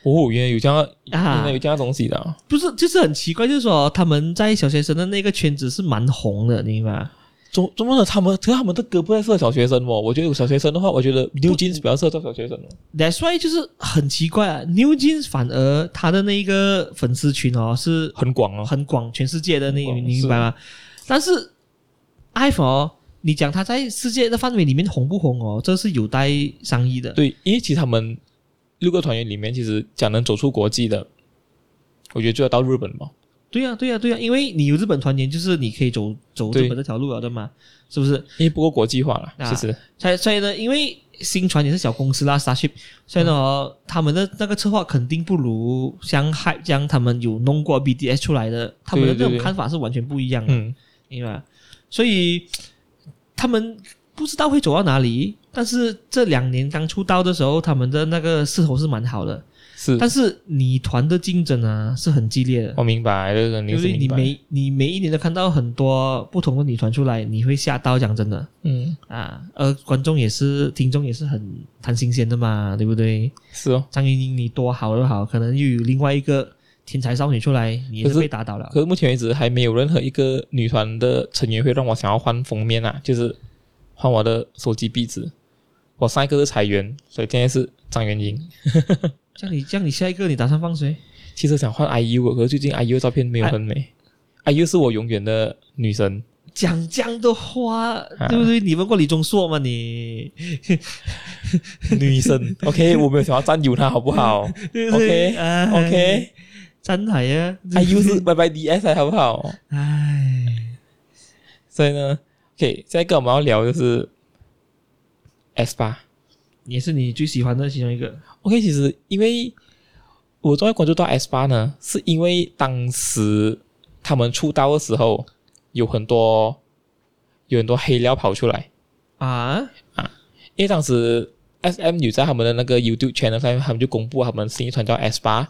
[SPEAKER 1] 哦，原来有这样，
[SPEAKER 2] 啊
[SPEAKER 1] 原来有这样东西的啊、
[SPEAKER 2] 不是就是很奇怪，就是说他们在小学生的那个圈子是蛮红的，你明白吗？
[SPEAKER 1] 中中国的他们，可是他们的歌不太适合小学生哦。我觉得有小学生的话，我觉得 New Jeans 比较适合做小学生哦。
[SPEAKER 2] That's why 就是很奇怪啊，New Jeans 反而他的那个粉丝群哦是
[SPEAKER 1] 很广哦，
[SPEAKER 2] 很广，全世界的那，
[SPEAKER 1] 很广
[SPEAKER 2] 你明白吗？但是 iPhone，哦你讲它在世界的范围里面红不红哦，这是有待商议的。
[SPEAKER 1] 对，因为其实他们六个团员里面，其实讲能走出国际的，我觉得就要到日本嘛。
[SPEAKER 2] 对呀、对呀、对呀、因为你有日本团员，就是你可以走走
[SPEAKER 1] 对
[SPEAKER 2] 日本这条路了的嘛，是不是？
[SPEAKER 1] 因为不够国际化了，
[SPEAKER 2] 啊
[SPEAKER 1] 其实
[SPEAKER 2] 所以所以呢，因为新传也是小公司啦，Starship，
[SPEAKER 1] 嗯
[SPEAKER 2] 所以呢、哦他们的那个策划肯定不如像 Hype 这样他们有弄过 BDS 出来的，他们的
[SPEAKER 1] 对对
[SPEAKER 2] 那种
[SPEAKER 1] 对
[SPEAKER 2] 看法是完全不一样的。
[SPEAKER 1] 嗯，
[SPEAKER 2] 明白？所以他们不知道会走到哪里，但是这两年刚出道的时候，他们的那个势头是蛮好的。
[SPEAKER 1] 是
[SPEAKER 2] 但是女团的竞争啊是很激烈的，
[SPEAKER 1] 我明白，这个
[SPEAKER 2] 因
[SPEAKER 1] 你是
[SPEAKER 2] 为你
[SPEAKER 1] 明白，
[SPEAKER 2] 每你每一年都看到很多不同的女团出来，你会吓到。讲真的
[SPEAKER 1] 嗯，
[SPEAKER 2] 啊，呃，观众也是，听众也是很贪新鲜的嘛，对不对？
[SPEAKER 1] 是哦。
[SPEAKER 2] 张芸瑛你多好都好，可能又有另外一个天才少女出来，你也
[SPEAKER 1] 可
[SPEAKER 2] 是
[SPEAKER 1] 是
[SPEAKER 2] 被打倒了。
[SPEAKER 1] 可是目前为止还没有任何一个女团的成员会让我想要换封面啊，就是换我的手机壁纸。我上一个是彩媛，所以今天是张元英。
[SPEAKER 2] 像你像你下一个你打算放谁？
[SPEAKER 1] 其实想换 IU，的可是最近 IU 的照片没有很美。IU 是我永远的女神，
[SPEAKER 2] 讲这样的话，对不对？你问过李钟硕吗？你
[SPEAKER 1] 女神。OK，我没有 (laughs) 想要占有她，好不 (laughs) 好
[SPEAKER 2] 对不对
[SPEAKER 1] OK，
[SPEAKER 2] 唉
[SPEAKER 1] ？OK，IU
[SPEAKER 2] 真系啊，
[SPEAKER 1] 是 YYDS，好不啊好？
[SPEAKER 2] 唉，
[SPEAKER 1] 所以呢，OK，下一个我们要聊就是 S 八。
[SPEAKER 2] 也是你最喜欢的其中一个。
[SPEAKER 1] OK，其实因为我终于关注到 S 八呢，是因为当时他们出道的时候，有很多有很多黑料跑出来，
[SPEAKER 2] 啊，
[SPEAKER 1] 因为当时 S M 有在他们的那个 YouTube channel 上面，他们就公布他们新一团叫 S 八，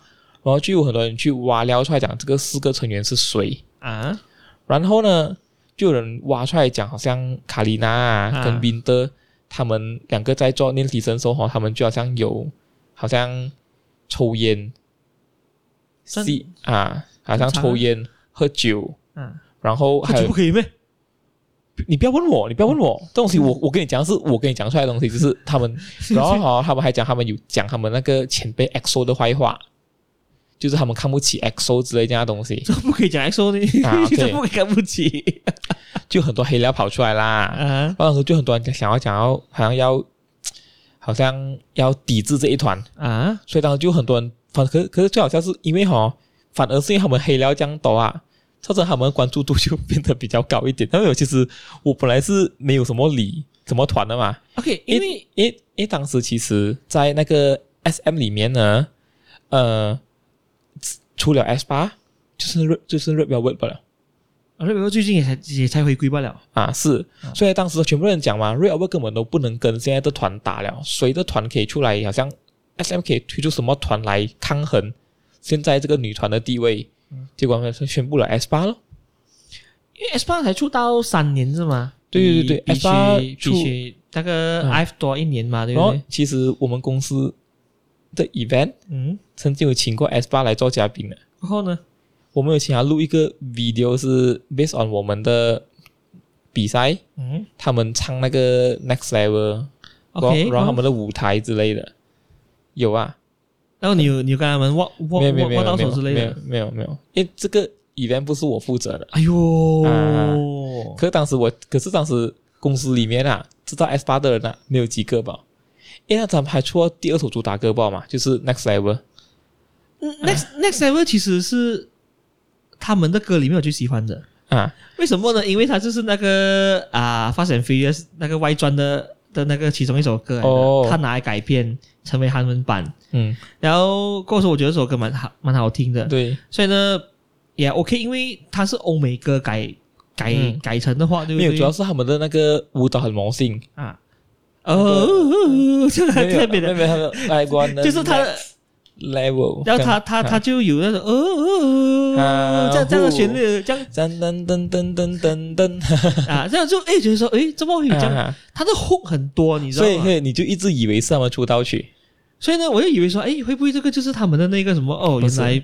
[SPEAKER 1] 然后就有很多人去挖料出来讲这个四个成员是谁，
[SPEAKER 2] 啊
[SPEAKER 1] 然后呢，就有人挖出来讲，好像卡琳娜啊
[SPEAKER 2] 啊
[SPEAKER 1] 跟宾德他们两个在做练习生的时候哦，他们就好像有好像抽烟，
[SPEAKER 2] 算
[SPEAKER 1] 吸啊，好像
[SPEAKER 2] 正常啊
[SPEAKER 1] 抽烟、喝酒，
[SPEAKER 2] 啊，
[SPEAKER 1] 然后
[SPEAKER 2] 喝
[SPEAKER 1] 还
[SPEAKER 2] 酒不
[SPEAKER 1] 有
[SPEAKER 2] 可以咩？
[SPEAKER 1] 你不要问我，你不要问我，这东西我我跟你讲是我跟你讲出来的东西，就是他们，然后好、他们还讲他们有讲他们那个前辈 XO 的坏话，就是他们看不起 XO 之类这样的东西，
[SPEAKER 2] 这不可以讲 XO
[SPEAKER 1] 啊
[SPEAKER 2] 呢，
[SPEAKER 1] ，OK
[SPEAKER 2] 这不可以看不起
[SPEAKER 1] 就很多黑料跑出来啦。
[SPEAKER 2] 啊
[SPEAKER 1] 那时候就很多人想要讲要好像要好像要抵制这一团，
[SPEAKER 2] 啊
[SPEAKER 1] 所以当时就很多人反可可是最好笑是因为哈、反而是因为他们黑料这样多啊，造成他们的关注度就变得比较高一点。但是我其实我本来是没有什么理什么团的嘛，
[SPEAKER 2] ！OK，因为
[SPEAKER 1] 因为因为当时其实，在那个 S M 里面呢，呃，除了 S 八就是 Red- 就是 Red Velvet 罢了。
[SPEAKER 2] 啊，瑞文最近也才也才回归罢了
[SPEAKER 1] 啊，是，
[SPEAKER 2] 嗯
[SPEAKER 1] 所以当时全部人讲嘛，瑞尔根本都不能跟现在的团打了，谁的团可以出来，好像 S M 可以推出什么团来抗衡现在这个女团的地位，
[SPEAKER 2] 嗯
[SPEAKER 1] 结果他们是宣布了 S 八咯。
[SPEAKER 2] 因为 S 八才出道三年是吗？
[SPEAKER 1] 对对对
[SPEAKER 2] 比
[SPEAKER 1] S8
[SPEAKER 2] 比
[SPEAKER 1] 出
[SPEAKER 2] 比起那个
[SPEAKER 1] 嗯
[SPEAKER 2] F 多一年嘛，对
[SPEAKER 1] 然
[SPEAKER 2] 不
[SPEAKER 1] 后
[SPEAKER 2] 对？
[SPEAKER 1] 其实我们公司的 event
[SPEAKER 2] 嗯，
[SPEAKER 1] 曾经有请过 S 八来做嘉宾的，
[SPEAKER 2] 然后呢？
[SPEAKER 1] 我们有请他录一个 video 是 based on 我们的比赛，
[SPEAKER 2] 嗯
[SPEAKER 1] 他们唱那个 Next Level，然后
[SPEAKER 2] ，OK，哦
[SPEAKER 1] 然后他们的舞台之类的，有啊。
[SPEAKER 2] 然后你有你有跟他们握握
[SPEAKER 1] 没有没有
[SPEAKER 2] 握
[SPEAKER 1] 没
[SPEAKER 2] 握
[SPEAKER 1] 有
[SPEAKER 2] 到
[SPEAKER 1] 没有
[SPEAKER 2] 手之类
[SPEAKER 1] 没
[SPEAKER 2] 的
[SPEAKER 1] 有。没有没有，因为这个 event 不是我负责的。
[SPEAKER 2] 哎呦，
[SPEAKER 1] 啊可是当时我，可是当时公司里面啊，知道 S 八的人啊，没有几个吧？因为那咱们还出了第二首主打歌吧嘛，就是 Next Level。
[SPEAKER 2] 嗯 next next level 其实是他们的歌里面我最喜欢的，
[SPEAKER 1] 啊，
[SPEAKER 2] 为什么呢？因为它就是那个啊《Fast and Furious》那个外传的的那个其中一首歌来的，
[SPEAKER 1] 哦
[SPEAKER 2] 他拿来改编成为韩文版。
[SPEAKER 1] 嗯，
[SPEAKER 2] 然后过后我觉得这首歌蛮好蛮好听的，
[SPEAKER 1] 对，
[SPEAKER 2] 所以呢也 OK，因为它是欧美歌改改、
[SPEAKER 1] 嗯
[SPEAKER 2] 改成的话，对不
[SPEAKER 1] 没
[SPEAKER 2] 对？
[SPEAKER 1] 有，主要是他们的那个舞蹈很魔性，
[SPEAKER 2] 啊，哦， (laughs) 这个
[SPEAKER 1] 没有
[SPEAKER 2] 特别
[SPEAKER 1] 没有
[SPEAKER 2] 的，
[SPEAKER 1] 没有他们来过呢，
[SPEAKER 2] 就是他的，
[SPEAKER 1] level，
[SPEAKER 2] 然后他
[SPEAKER 1] 嗯
[SPEAKER 2] 他他就有那种哦哦
[SPEAKER 1] 呃
[SPEAKER 2] 哦，这样这样的旋律，这样
[SPEAKER 1] 这样噔噔噔噔噔噔，
[SPEAKER 2] 啊，这样就哎觉得说哎怎么会有这样？
[SPEAKER 1] 啊
[SPEAKER 2] 他的 hook 很多，你知道
[SPEAKER 1] 所以
[SPEAKER 2] 吗
[SPEAKER 1] 所？以你就一直以为是他们出道曲，
[SPEAKER 2] 所以呢，我就以为说，哎，会不会这个就是他们的那个什么？哦，
[SPEAKER 1] 不
[SPEAKER 2] 原
[SPEAKER 1] 是
[SPEAKER 2] 来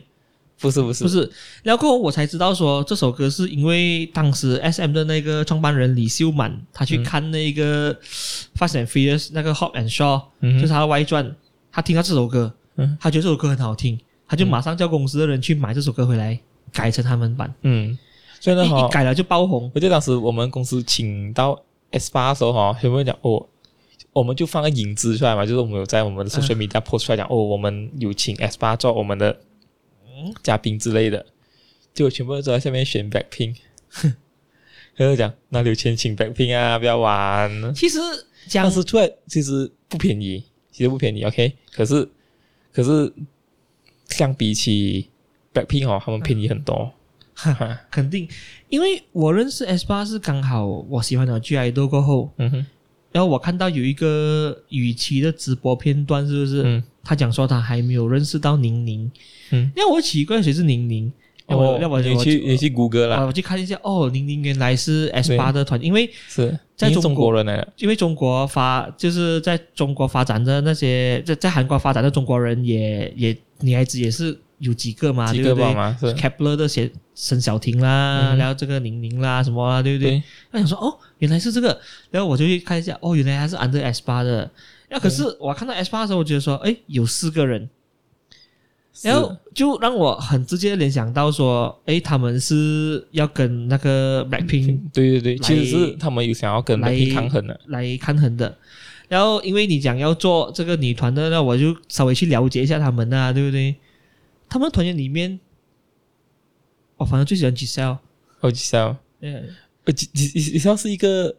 [SPEAKER 1] 不是不是
[SPEAKER 2] 不是。然后过后我才知道说，这首歌是因为当时 S M 的那个创办人李秀满，他去
[SPEAKER 1] 嗯
[SPEAKER 2] 看那个《Fast and Furious》那个《Hop and Shaw》，
[SPEAKER 1] 嗯
[SPEAKER 2] 就是
[SPEAKER 1] 哼
[SPEAKER 2] 他的外传，他听到这首歌
[SPEAKER 1] 嗯，
[SPEAKER 2] 他觉得这首歌很好听，他就
[SPEAKER 1] 嗯
[SPEAKER 2] 马上叫公司的人去买这首歌回来改成他们版，
[SPEAKER 1] 嗯，所以
[SPEAKER 2] 一
[SPEAKER 1] 呢，哈
[SPEAKER 2] 一，改了就爆红。
[SPEAKER 1] 我记得当时我们公司请到 S 八的时候哈、全部人讲哦，我们就放个影子出来嘛，就是我们有在我们的 social media post 出来讲、哦，我们有请 S 八做我们的嘉宾之类的，结果全部人都在下面选 Blackpink，然后讲哪里有钱请 Blackpink 啊，不要玩。
[SPEAKER 2] 其实讲
[SPEAKER 1] 当时出来其实不便宜，其实不便宜，OK，可是可是相比起 Blackpink 哦，他们便宜很多。
[SPEAKER 2] 肯定，因为我认识 S 八是刚好我喜欢了 G I 豆过后，
[SPEAKER 1] 嗯哼，
[SPEAKER 2] 然后我看到有一个雨琦的直播片段，是不是？
[SPEAKER 1] 嗯
[SPEAKER 2] 他讲说他还没有认识到宁宁，
[SPEAKER 1] 嗯，哦
[SPEAKER 2] 因为我奇怪谁是宁宁，要我要我
[SPEAKER 1] 你去你去谷歌
[SPEAKER 2] 我
[SPEAKER 1] 啦嗯
[SPEAKER 2] 啊，，我去看一下，哦，宁宁原来是 S 八的团，因为
[SPEAKER 1] 是，
[SPEAKER 2] 在
[SPEAKER 1] 你是中
[SPEAKER 2] 中
[SPEAKER 1] 国人来的，
[SPEAKER 2] 因为中国发就是在中国发展的那些在在韩国发展的中国人也也女孩子也是有几个嘛，
[SPEAKER 1] 几
[SPEAKER 2] 啊对
[SPEAKER 1] 个
[SPEAKER 2] 不
[SPEAKER 1] 吧
[SPEAKER 2] 对
[SPEAKER 1] 嘛，是，
[SPEAKER 2] ？Kepler 的写沈小婷啦，
[SPEAKER 1] 嗯
[SPEAKER 2] 然后这个宁宁啦什么啦，对不对？
[SPEAKER 1] 对，
[SPEAKER 2] 他想说哦，原来是这个，然后我就去看一下，哦，原来他是 under S 八的。那可是我看到 S 八的时候，我觉得说，哎，有四个人， (laughs) 然后就让我很直接联想到说，诶，他们是要跟那个 Blackpink
[SPEAKER 1] 对对对，
[SPEAKER 2] 来
[SPEAKER 1] 其实是他们有想要跟
[SPEAKER 2] 来
[SPEAKER 1] Blackpink 抗衡的，
[SPEAKER 2] 来抗衡的。然后因为你讲要做这个女团的，那我就稍微去了解一下他们啊，对不对？他们团员里面，我反正最喜欢 Giselle，
[SPEAKER 1] 哦，吉祥，
[SPEAKER 2] 嗯
[SPEAKER 1] 呃，吉吉吉吉祥是一个，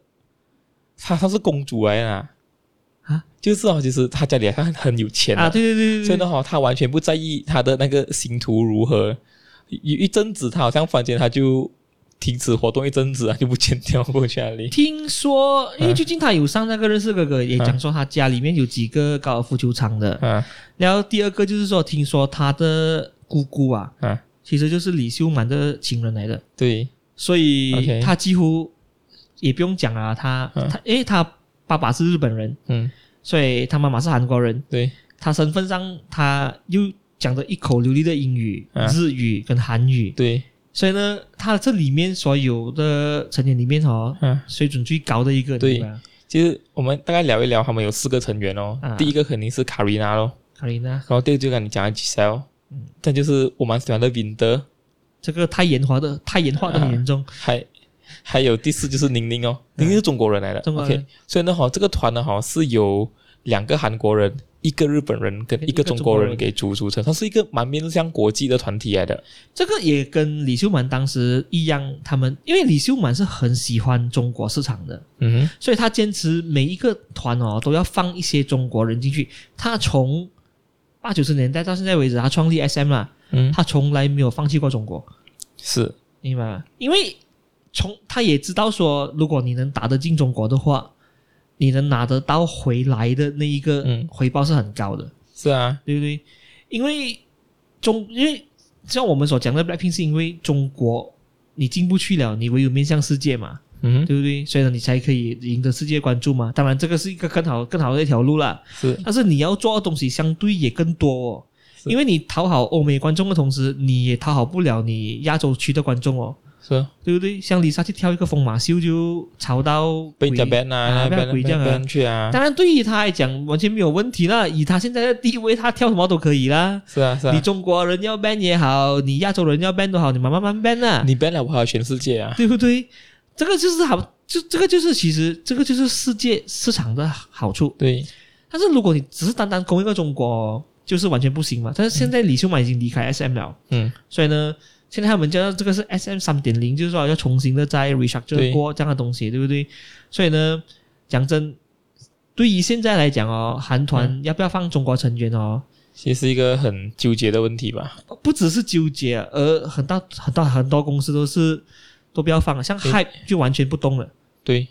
[SPEAKER 1] 她她是公主来的啦
[SPEAKER 2] 啊，
[SPEAKER 1] 就是哦，其实她家里她很有钱的
[SPEAKER 2] 啊，对对对
[SPEAKER 1] 所
[SPEAKER 2] 对
[SPEAKER 1] 以
[SPEAKER 2] 对，
[SPEAKER 1] 呢，哈，他完全不在意他的那个星途如何。有一阵子，他好像房间他就停止活动一阵子啊，就不见掉过去哪里。
[SPEAKER 2] 听说因为
[SPEAKER 1] 啊
[SPEAKER 2] 最近他有上那个认识哥哥，也
[SPEAKER 1] 啊
[SPEAKER 2] 讲说他家里面有几个高尔夫球场的，
[SPEAKER 1] 啊
[SPEAKER 2] 然后第二个就是说，听说他的姑姑啊，
[SPEAKER 1] 啊，
[SPEAKER 2] 其实就是李秀满的情人来的，
[SPEAKER 1] 对，
[SPEAKER 2] 所以
[SPEAKER 1] OK
[SPEAKER 2] 他几乎也不用讲啊，他、
[SPEAKER 1] 嗯
[SPEAKER 2] 他因为他爸爸是日本人，
[SPEAKER 1] 嗯，
[SPEAKER 2] 所以他妈妈是韩国人，
[SPEAKER 1] 对，
[SPEAKER 2] 他身份上他又讲着一口流利的英语、
[SPEAKER 1] 嗯
[SPEAKER 2] 日语跟韩语，
[SPEAKER 1] 对，
[SPEAKER 2] 所以呢，他这里面所有的成员里面哦，
[SPEAKER 1] 啊，
[SPEAKER 2] 水准最高的一个，
[SPEAKER 1] 对
[SPEAKER 2] 你明白吗？
[SPEAKER 1] 其实我们大概聊一聊，他们有四个成员哦。
[SPEAKER 2] 啊
[SPEAKER 1] 第一个肯定是卡瑞娜咯，
[SPEAKER 2] 卡琳娜
[SPEAKER 1] 然后第二个就跟你讲的 Giselle，这
[SPEAKER 2] 嗯
[SPEAKER 1] 就是我蛮喜欢的 w 德，
[SPEAKER 2] 这个太演化的太演化的很严重，
[SPEAKER 1] 还还有第四就是宁宁哦，
[SPEAKER 2] 嗯
[SPEAKER 1] 宁宁是中国人来的
[SPEAKER 2] 中国
[SPEAKER 1] 啊
[SPEAKER 2] 人
[SPEAKER 1] ，OK，所以呢，哈，这个团呢，哈，是由两个韩国人、一个日本人跟
[SPEAKER 2] 跟
[SPEAKER 1] 一个
[SPEAKER 2] 一个
[SPEAKER 1] 中
[SPEAKER 2] 中
[SPEAKER 1] 国
[SPEAKER 2] 国
[SPEAKER 1] 人
[SPEAKER 2] 人
[SPEAKER 1] 给组组成，它是一个蛮面向国际的团体来的，
[SPEAKER 2] 这个也跟李秀满当时一样，他们因为李秀满是很喜欢中国市场的，
[SPEAKER 1] 嗯哼，
[SPEAKER 2] 所以他坚持每一个团哦都要放一些中国人进去。他从八九十年代到现在为止，他创立 SM 啦，
[SPEAKER 1] 嗯，
[SPEAKER 2] 他从来没有放弃过中国，
[SPEAKER 1] 是，
[SPEAKER 2] 明白吗？因为从他也知道说，如果你能打得进中国的话，你能拿得到回来的那一个
[SPEAKER 1] 嗯
[SPEAKER 2] 回报是很高的。
[SPEAKER 1] 是啊，
[SPEAKER 2] 对不对？因为中，因为像我们所讲的 Blackpink 是因为中国你进不去了，你唯有面向世界嘛，
[SPEAKER 1] 嗯哼，
[SPEAKER 2] 对不对？所以呢，你才可以赢得世界关注嘛。当然，这个是一个更好更好的一条路啦。
[SPEAKER 1] 是
[SPEAKER 2] 但是你要做的东西相对也更多哦，
[SPEAKER 1] 是
[SPEAKER 2] 因为你讨好欧美观众的同时，你也讨好不了你亚洲区的观众哦，
[SPEAKER 1] 是，
[SPEAKER 2] 对不对？像 Lisa 去跳一个疯马秀就吵到
[SPEAKER 1] 被人家
[SPEAKER 2] 鬼
[SPEAKER 1] ban 啊，
[SPEAKER 2] 啊被
[SPEAKER 1] ban
[SPEAKER 2] 鬼这
[SPEAKER 1] ban
[SPEAKER 2] 样啊
[SPEAKER 1] ban 去啊，
[SPEAKER 2] 当然，对于他来讲完全没有问题啦。以他现在的地位，他跳什么都可以啦。
[SPEAKER 1] 是啊是
[SPEAKER 2] 你
[SPEAKER 1] 啊，
[SPEAKER 2] 中国人要 ban 也好，你亚洲人要 ban 都好，你慢慢慢 ban 啊，
[SPEAKER 1] 你 ban 了我还有全世界啊，
[SPEAKER 2] 对不对？这个就是好，就这个就是其实这个就是世界市场的好处。
[SPEAKER 1] 对，
[SPEAKER 2] 但是如果你只是单单攻一个中国哦，就是完全不行嘛。但是现在李秀满已经离开 SM 了，
[SPEAKER 1] 嗯，
[SPEAKER 2] 所以呢，现在他们叫这个是 SM 三点零，就是说要重新的再
[SPEAKER 1] 对
[SPEAKER 2] restructure 过这样的东西，对不对？所以呢，讲真，对于现在来讲哦，韩团
[SPEAKER 1] 嗯
[SPEAKER 2] 要不要放中国成员哦，
[SPEAKER 1] 其实是一个很纠结的问题吧，
[SPEAKER 2] 不只是纠结，啊而很大很大很多公司都是都不要放，像
[SPEAKER 1] 对
[SPEAKER 2] Hype 就完全不动了。
[SPEAKER 1] 对，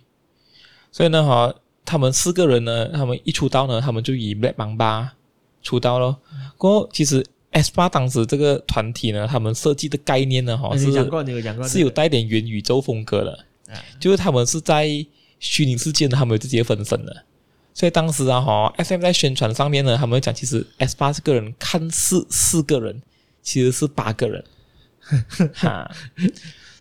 [SPEAKER 1] 所以呢，哈，他们四个人呢，他们一出道呢，他们就以 Black Mamba 出道咯。过后，其实 S 八当时这个团体呢，他们设计的概念呢，哈
[SPEAKER 2] 哎你
[SPEAKER 1] 哦是
[SPEAKER 2] 讲过，你有讲过，
[SPEAKER 1] 是有带点元宇宙风格的
[SPEAKER 2] 啊，
[SPEAKER 1] 就是他们是在虚拟世界呢，他们有自己的分身的。所以当时啊，哈，S M 在宣传上面呢，他们讲其实 S 八这个人看似四个人，其实是八个
[SPEAKER 2] (laughs)
[SPEAKER 1] 人，哈。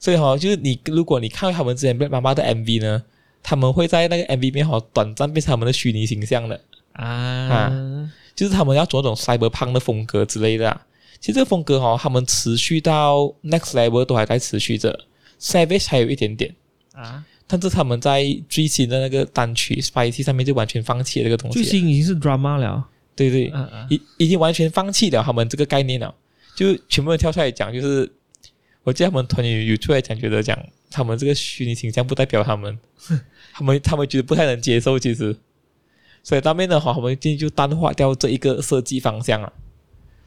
[SPEAKER 1] 所以哈、就是你如果你看他们之前 Black Mamba 的 MV 呢，他们会在那个 MV 里面哈、短暂变成他们的虚拟形象的。
[SPEAKER 2] 啊，
[SPEAKER 1] 就是他们要走那种 cyberpunk 的风格之类的、啊。其实这个风格哦，他们持续到 next level 都还在持续着，savage 还有一点点，
[SPEAKER 2] 啊，
[SPEAKER 1] 但是他们在最新的那个单曲 spicy 上面就完全放弃了这个东西
[SPEAKER 2] 最
[SPEAKER 1] 了。
[SPEAKER 2] 新已经是 drama 了，
[SPEAKER 1] 对对，
[SPEAKER 2] 嗯嗯，
[SPEAKER 1] 已已经完全放弃了他们这个概念了，就全部人跳出来讲，就是我记得他们团员有出来讲，觉得讲他们这个虚拟形象不代表他们，他们他们觉得不太能接受，其实，所以当面的话，我们今天就淡化掉这一个设计方向了。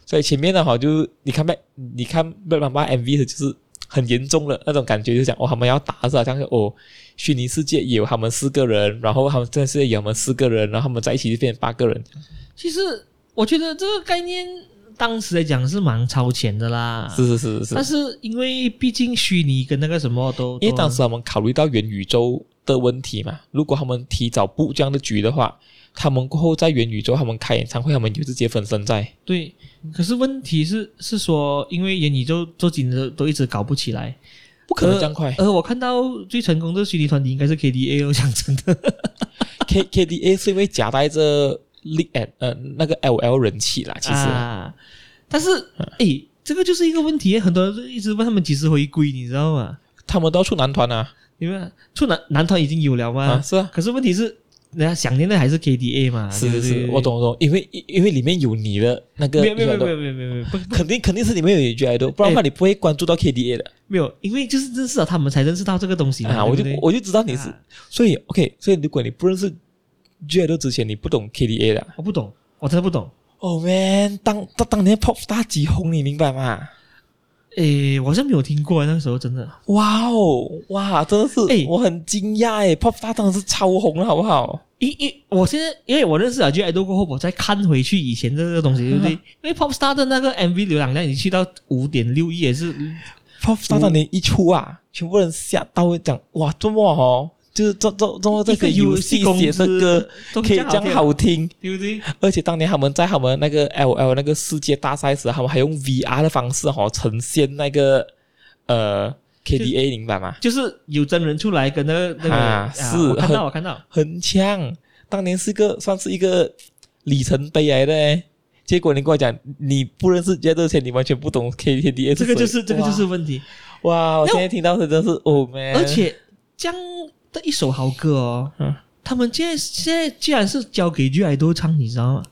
[SPEAKER 1] 所以前面的话就你看 b 你看 b 妈妈 MV 的就是很严重的那种感觉，就讲哦他们要打是好像哦虚拟世界也有他们四个人，然后他们真的是有他们四个人，然后他们在一起就变成八个人，
[SPEAKER 2] 其实我觉得这个概念当时来讲是蛮超前的啦，
[SPEAKER 1] 是是是是是
[SPEAKER 2] 但。是因为毕竟虚拟跟那个什么都，
[SPEAKER 1] 因为
[SPEAKER 2] 都
[SPEAKER 1] 当时他们考虑到元宇宙的问题嘛，如果他们提早布这样的局的话，他们过后在元宇宙他们开演唱会，他们有自己的分身在。
[SPEAKER 2] 对，可是问题是是说，因为元宇宙这几年都都一直搞不起来，
[SPEAKER 1] 不可能这样快
[SPEAKER 2] 而我看到最成功的虚拟团体应该是 KDA 哦，讲真的。
[SPEAKER 1] K K D A 是因为夹带着 l e a 呃那个 L L 人气啦，其实、
[SPEAKER 2] 啊，但是诶，这个就是一个问题，很多人就一直问他们几时回归，你知道吗？
[SPEAKER 1] 他们都要出男团啊，
[SPEAKER 2] 因为出男男团已经有了嘛，
[SPEAKER 1] 啊是啊，
[SPEAKER 2] 可是问题是，人家想念的还啊是 KDA 嘛，
[SPEAKER 1] 是
[SPEAKER 2] 对
[SPEAKER 1] 是
[SPEAKER 2] 不
[SPEAKER 1] 是
[SPEAKER 2] 对，
[SPEAKER 1] 我。懂我懂，因为因因为里面有你的那个
[SPEAKER 2] 没有没有没有没
[SPEAKER 1] idol，
[SPEAKER 2] 有没有没有没有不
[SPEAKER 1] 肯定肯定是里面有你 G idol，不然的话你不会关注到 KDA 的
[SPEAKER 2] 没有，因为就是认识了他们才认识到这个东西嘛。
[SPEAKER 1] 啊，我就
[SPEAKER 2] 对不对
[SPEAKER 1] 我就知道你是
[SPEAKER 2] 啊，
[SPEAKER 1] 所以 OK，所以如果你不认识 G idol 之前，你不懂 KDA 的。啊
[SPEAKER 2] 我不懂，我真的不懂。
[SPEAKER 1] 哦、man，当当当年 pop star 几红，你明白吗？
[SPEAKER 2] 诶，我好像没有听过那个时候，真的。
[SPEAKER 1] 哇哦，哇，真的是，
[SPEAKER 2] 哎
[SPEAKER 1] 我很惊讶哎，pop star 当然是超红了，好不好？
[SPEAKER 2] 因因我现在因为我认识了 G idol 过后，我再看回去以前的这个东西，对不
[SPEAKER 1] (laughs)
[SPEAKER 2] 对？因为 Popstar 的那个 MV 浏览量已经去到五点六亿，也是
[SPEAKER 1] pop star 当年一出啊，全部人吓到讲哇，这么哦，就是这这这么这
[SPEAKER 2] 一
[SPEAKER 1] 个
[SPEAKER 2] 个
[SPEAKER 1] 游
[SPEAKER 2] 游
[SPEAKER 1] 戏
[SPEAKER 2] 戏公
[SPEAKER 1] 写的
[SPEAKER 2] 司
[SPEAKER 1] 歌
[SPEAKER 2] (laughs) 都
[SPEAKER 1] 可以这样
[SPEAKER 2] 好，
[SPEAKER 1] 好听，
[SPEAKER 2] 对不对？
[SPEAKER 1] 而且当年他们在他们那个 L L 那个世界大赛时，他们还用 V R 的方式哈、哦、呈现那个呃 K D A，明白吗？
[SPEAKER 2] 就是有真人出来跟那个那个
[SPEAKER 1] 啊是
[SPEAKER 2] 我看
[SPEAKER 1] 很
[SPEAKER 2] 到我
[SPEAKER 1] (laughs)
[SPEAKER 2] 看到，
[SPEAKER 1] 很强，当年是个算是一个里程碑来的欸。结果你跟我讲，你不认识杰之前，你完全不懂 K T D A，
[SPEAKER 2] 这个就是这个就是问题。
[SPEAKER 1] 哇！我
[SPEAKER 2] 那
[SPEAKER 1] 现在听到的真的是哦 man，
[SPEAKER 2] 而且这样的一首好歌哦，
[SPEAKER 1] 嗯
[SPEAKER 2] 他们现在现在既然是交给 G idol 唱，你知道吗？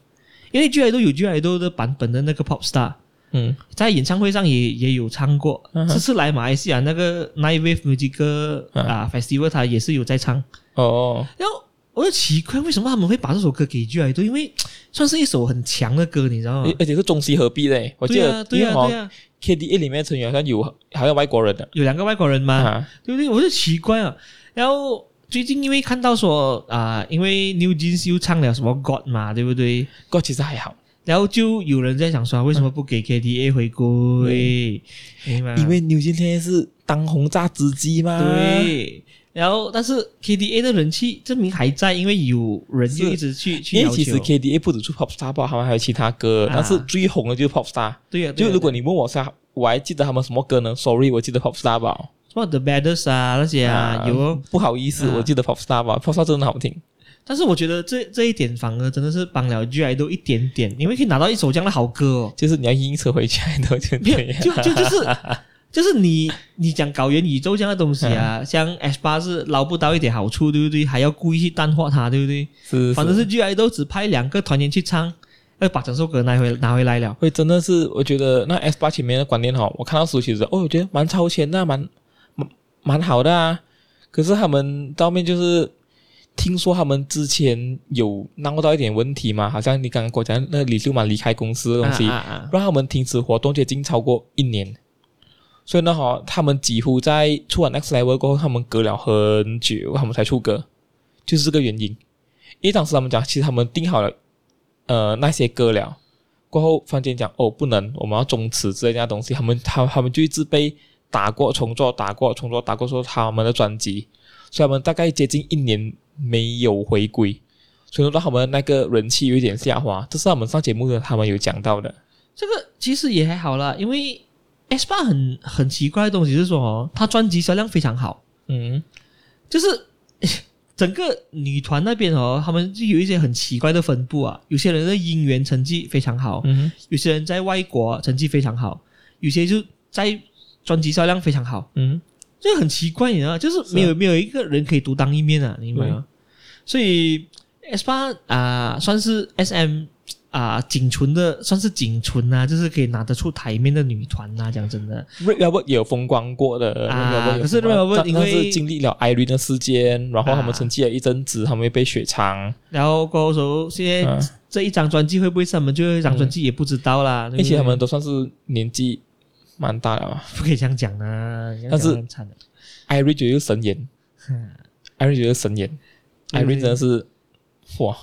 [SPEAKER 2] 因为 G idol 有 G idol 的版本的那个 Pop Star，
[SPEAKER 1] 嗯
[SPEAKER 2] 在演唱会上也也有唱过。
[SPEAKER 1] 嗯哼
[SPEAKER 2] 这次来马来西亚那个 Night Wave Music
[SPEAKER 1] 嗯
[SPEAKER 2] 啊 Festival，他也是有在唱。
[SPEAKER 1] 哦
[SPEAKER 2] 然后哎我就奇怪，为什么他们会把这首歌给 G idol？因为算是一首很强的歌，你知道吗
[SPEAKER 1] 而？而且是中西合璧的欸，我记
[SPEAKER 2] 对
[SPEAKER 1] 得
[SPEAKER 2] 啊，对
[SPEAKER 1] 因为
[SPEAKER 2] 啊，
[SPEAKER 1] 好
[SPEAKER 2] 对
[SPEAKER 1] 像
[SPEAKER 2] 啊，
[SPEAKER 1] K D A 里面成员好像有好像外国人的
[SPEAKER 2] 有两个外国人嘛。
[SPEAKER 1] 啊，
[SPEAKER 2] 对不对？我就奇怪啊。然后最近因为看到说啊、因为 New Jeans 又唱了什么 God 嘛，对不对？
[SPEAKER 1] 个其实还好，
[SPEAKER 2] 然后就有人在想说，为什么不给 KDA 回归？明白
[SPEAKER 1] 啊
[SPEAKER 2] 吗
[SPEAKER 1] 因为啊牛津现在是当红炸子鸡嘛，，
[SPEAKER 2] 对。然后，但是 KDA 的人气证明还在，因为有人
[SPEAKER 1] 是
[SPEAKER 2] 就一直去去
[SPEAKER 1] 因
[SPEAKER 2] 要
[SPEAKER 1] 为
[SPEAKER 2] 求。
[SPEAKER 1] 其实 K D A 不止出 pop star 吧，他们还有其他歌，
[SPEAKER 2] 啊
[SPEAKER 1] 但是最红的就是 pop star。
[SPEAKER 2] 对呀、啊，对
[SPEAKER 1] 就
[SPEAKER 2] 啊
[SPEAKER 1] 如果你问我啥，我还记得他们什么歌呢？Sorry，我记得 Pop Star 吧。
[SPEAKER 2] 什么 The Baddest 啊那些啊有哦，
[SPEAKER 1] 不好意思，
[SPEAKER 2] 啊
[SPEAKER 1] 我记得 Pop Star 吧，Pop Star 真的好听。
[SPEAKER 2] 但是我觉得这这一点反而真的是帮了 G I 都一点点，因为可以拿到一首这样的好歌
[SPEAKER 1] (laughs)
[SPEAKER 2] 哦。
[SPEAKER 1] 就是你要硬扯回去，然后 (laughs) 就这
[SPEAKER 2] 没有，
[SPEAKER 1] 样。
[SPEAKER 2] (laughs) 就就就是就是你你讲搞元宇宙这样的东西啊，像 S 八是捞不到一点好处，对不对？还要故意去淡化它，对不对？
[SPEAKER 1] 是，
[SPEAKER 2] 反正是 G I 都只派两个团员去唱，要把整首歌拿回拿回来了。
[SPEAKER 1] 会真的是，我觉得那 S 八前面的观念哈，我看到书其实哦，我觉得蛮超前的啊，蛮蛮蛮好的啊。可是他们到后面就是听说他们之前有闹到一点问题嘛，好像你刚刚跟我讲那个李秀满离开公司的东西，
[SPEAKER 2] 啊啊啊
[SPEAKER 1] 让他们停止活动接近超过一年。所以呢，哈，他们几乎在出完 Next Level 过后，他们隔了很久，他们才出歌，就是这个原因。因为当时他们讲，其实他们定好了，呃，那些歌了，过后突然间讲，哦，不能，我们要终止之类这样的东西，他们他他们就一直被打过重做，打过重做，打过说他们的专辑，所以他们大概接近一年没有回归，所以说他们那个人气有一点下滑，这是他们上节目的他们有讲到的。
[SPEAKER 2] 这个其实也还好啦，因为 S 八很很奇怪的东西是说哦，它专辑销量非常好，
[SPEAKER 1] 嗯，
[SPEAKER 2] 就是 (laughs) 整个女团那边哦，他们就有一些很奇怪的分布啊，有些人的音源成绩非常好，
[SPEAKER 1] 嗯
[SPEAKER 2] 有些人在外国成绩非常好，有些就在专辑销量非常好，
[SPEAKER 1] 嗯，
[SPEAKER 2] 这很奇怪，你知道吗？就是没有没有一个人可以独当一面啊，你明白吗？所以 S 八啊，算是 SM 啊、仅存的，算是仅存啊，就是可以拿得出台面的女团呐、讲真的，
[SPEAKER 1] 瑞要不也有风光过的，
[SPEAKER 2] 啊
[SPEAKER 1] Red Velvet 有
[SPEAKER 2] 可是
[SPEAKER 1] 风光
[SPEAKER 2] Red Velvet
[SPEAKER 1] 但
[SPEAKER 2] 因
[SPEAKER 1] 但是
[SPEAKER 2] 为
[SPEAKER 1] 经历了 Irene 的事件，然后他们
[SPEAKER 2] 啊
[SPEAKER 1] 成绩了一阵子，他们又被雪藏，
[SPEAKER 2] 然后过后时候现在
[SPEAKER 1] 嗯
[SPEAKER 2] 这一张专辑会不会是他们最后一张专辑也不知道啦，对
[SPEAKER 1] 而
[SPEAKER 2] 不对
[SPEAKER 1] 且他们都算是年纪蛮大了嘛。
[SPEAKER 2] 不可以这样讲啊，这样
[SPEAKER 1] 但是
[SPEAKER 2] 讲很惨的。
[SPEAKER 1] Irene 觉得是神
[SPEAKER 2] (laughs)
[SPEAKER 1] 颜，Irene 觉得是神颜
[SPEAKER 2] 对
[SPEAKER 1] ，Irene 真的是哇，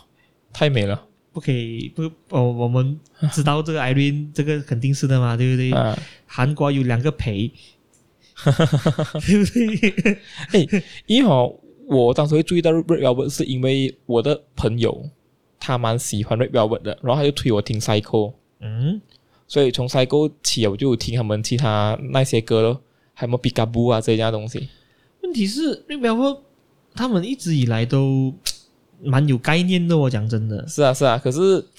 [SPEAKER 1] 太美了
[SPEAKER 2] 不可以不，哦，我们知道这个 Irene 这个肯定是的嘛，对不对？
[SPEAKER 1] 啊！
[SPEAKER 2] 韩国有两个
[SPEAKER 1] (laughs)
[SPEAKER 2] 陪，对不对？
[SPEAKER 1] 因为哦，我当时会注意到 Red Velvet 是因为我的朋友他蛮喜欢 Red Velvet 的，然后他就推我听 Psycho。
[SPEAKER 2] 嗯，
[SPEAKER 1] 所以从 Cycle 起，我就有听他们其他那些歌咯，还有 b i g a b o o 啊这一家东西。
[SPEAKER 2] 问题是那边我他们一直以来都蛮有概念的、哦，我讲真的，
[SPEAKER 1] 是啊，是啊。可是 Pop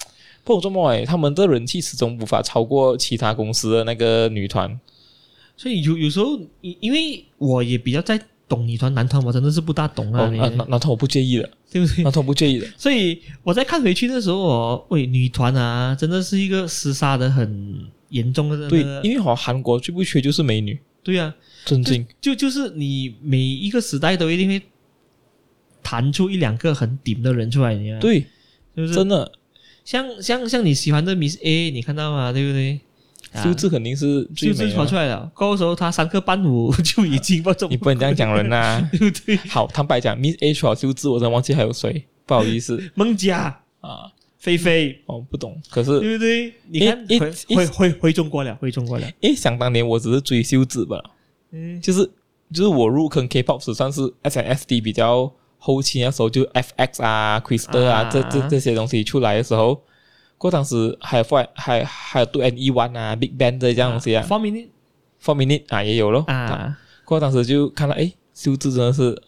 [SPEAKER 1] 不懂做么哎，他们的人气始终无法超过其他公司的那个女团。
[SPEAKER 2] 所以有有时候，因因为我也比较在懂女团、男团，我真的是不大懂啊，
[SPEAKER 1] 哦，
[SPEAKER 2] 你
[SPEAKER 1] 那那那团我不介
[SPEAKER 2] (laughs)
[SPEAKER 1] 意的，
[SPEAKER 2] 对不对
[SPEAKER 1] 那？团我不介意的。
[SPEAKER 2] 所以我在看回去的时候哦，喂，女团啊，真的是一个厮杀的很严重的。
[SPEAKER 1] 对，因为好像韩国最不缺就是美女，
[SPEAKER 2] 对啊，
[SPEAKER 1] 真经。
[SPEAKER 2] 就就是你每一个时代都一定会弹出一两个很顶的人出来，你看，
[SPEAKER 1] 对，
[SPEAKER 2] 就是
[SPEAKER 1] 真的，
[SPEAKER 2] 像像像你喜欢的 Miss A，你看到吗？对不对？啊
[SPEAKER 1] 秀智肯定是最
[SPEAKER 2] 秀智
[SPEAKER 1] 美啊
[SPEAKER 2] 跑
[SPEAKER 1] 的
[SPEAKER 2] 出。来了，高时候她三个伴舞就已经
[SPEAKER 1] (laughs)
[SPEAKER 2] 不知道
[SPEAKER 1] 你不能这样讲人呐、
[SPEAKER 2] (laughs) 对不对？
[SPEAKER 1] 好，坦白讲，Miss H 和秀智，我真的忘记还有谁，不好意
[SPEAKER 2] (laughs)
[SPEAKER 1] 思
[SPEAKER 2] 孟佳、
[SPEAKER 1] 啊，
[SPEAKER 2] 菲菲，
[SPEAKER 1] 我不懂。可是
[SPEAKER 2] 对不对？你看
[SPEAKER 1] 一
[SPEAKER 2] 回
[SPEAKER 1] 一
[SPEAKER 2] 回回回中国了，回中国了。
[SPEAKER 1] 因为想当年我只是追秀智吧，
[SPEAKER 2] 嗯，
[SPEAKER 1] 就是就是我入坑 K-pop 时算是 S N S D 比较后期那时候就 F X 啊、Crystal 啊
[SPEAKER 2] 啊
[SPEAKER 1] 这这这些东西出来的时候，过当时还有 Four 还还有 Two N E One 啊、Big Bang 这些东西啊
[SPEAKER 2] 方明
[SPEAKER 1] ，Four Minute 啊也有咯。 (laughs)
[SPEAKER 2] 啊
[SPEAKER 1] 过当时就看到哎，秀智真的是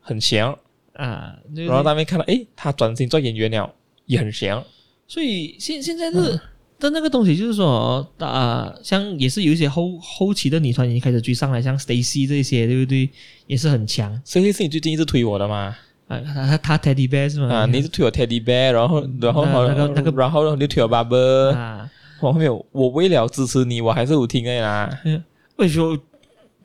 [SPEAKER 1] 很强，
[SPEAKER 2] 啊，对不
[SPEAKER 1] 然后
[SPEAKER 2] 对
[SPEAKER 1] 那边看到哎，他转型做演员了，也很强。
[SPEAKER 2] 所以现现在
[SPEAKER 1] 嗯
[SPEAKER 2] 是。但那个东西就是说，哦啊、像也是有一些后后期的女团已经开始追上来，像 Stacy 这些，对不对？也是很强
[SPEAKER 1] 所以是你最近一直推我的嘛？
[SPEAKER 2] 啊。她她 Teddy Bear 是吗？
[SPEAKER 1] 啊，你一直推我 Teddy Bear，然后然后好
[SPEAKER 2] 嗯啊那个那个
[SPEAKER 1] 然后你推我 Barber，
[SPEAKER 2] 啊，
[SPEAKER 1] 我后面有我为了支持你，我还是有听的啦。
[SPEAKER 2] 为什么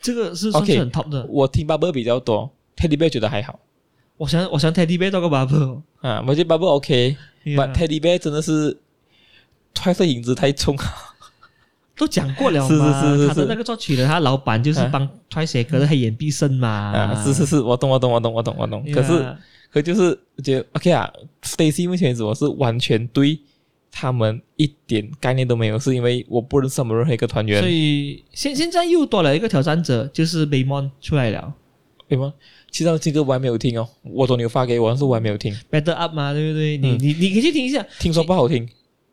[SPEAKER 2] 这个是算
[SPEAKER 1] OK
[SPEAKER 2] 是很 top 的？
[SPEAKER 1] 我听 Bubble 比较多，Teddy Bear 觉得还好
[SPEAKER 2] 我想我想 Teddy Bear 到个 bubble，
[SPEAKER 1] 啊。我觉得 Bubble OK，
[SPEAKER 2] 对啊
[SPEAKER 1] 但 Teddy Bear 真的是他的影子太重啊了。
[SPEAKER 2] 都讲过了嘛，
[SPEAKER 1] 是是是是
[SPEAKER 2] 他的那个作曲人，他老板就是
[SPEAKER 1] 啊
[SPEAKER 2] 帮 Twice 写歌的黑眼必胜嘛，
[SPEAKER 1] 啊，是是是，我懂我懂我懂我懂我懂。
[SPEAKER 2] 对啊，
[SPEAKER 1] 可是可就是我觉得 OK 啊，Stacy 目前为止我是完全对他们一点概念都没有，是因为我不认识他们任何一个团
[SPEAKER 2] 所
[SPEAKER 1] 员。
[SPEAKER 2] 以现现在又多了一个挑战者，就是 Baymon 出来了
[SPEAKER 1] 对吗？其实这个我还没有听哦，我昨天有发给我，但是我还没有听，
[SPEAKER 2] ，Better Up 嘛，对不对？你、
[SPEAKER 1] 嗯
[SPEAKER 2] 你你可以去听一下，
[SPEAKER 1] 听说不好听。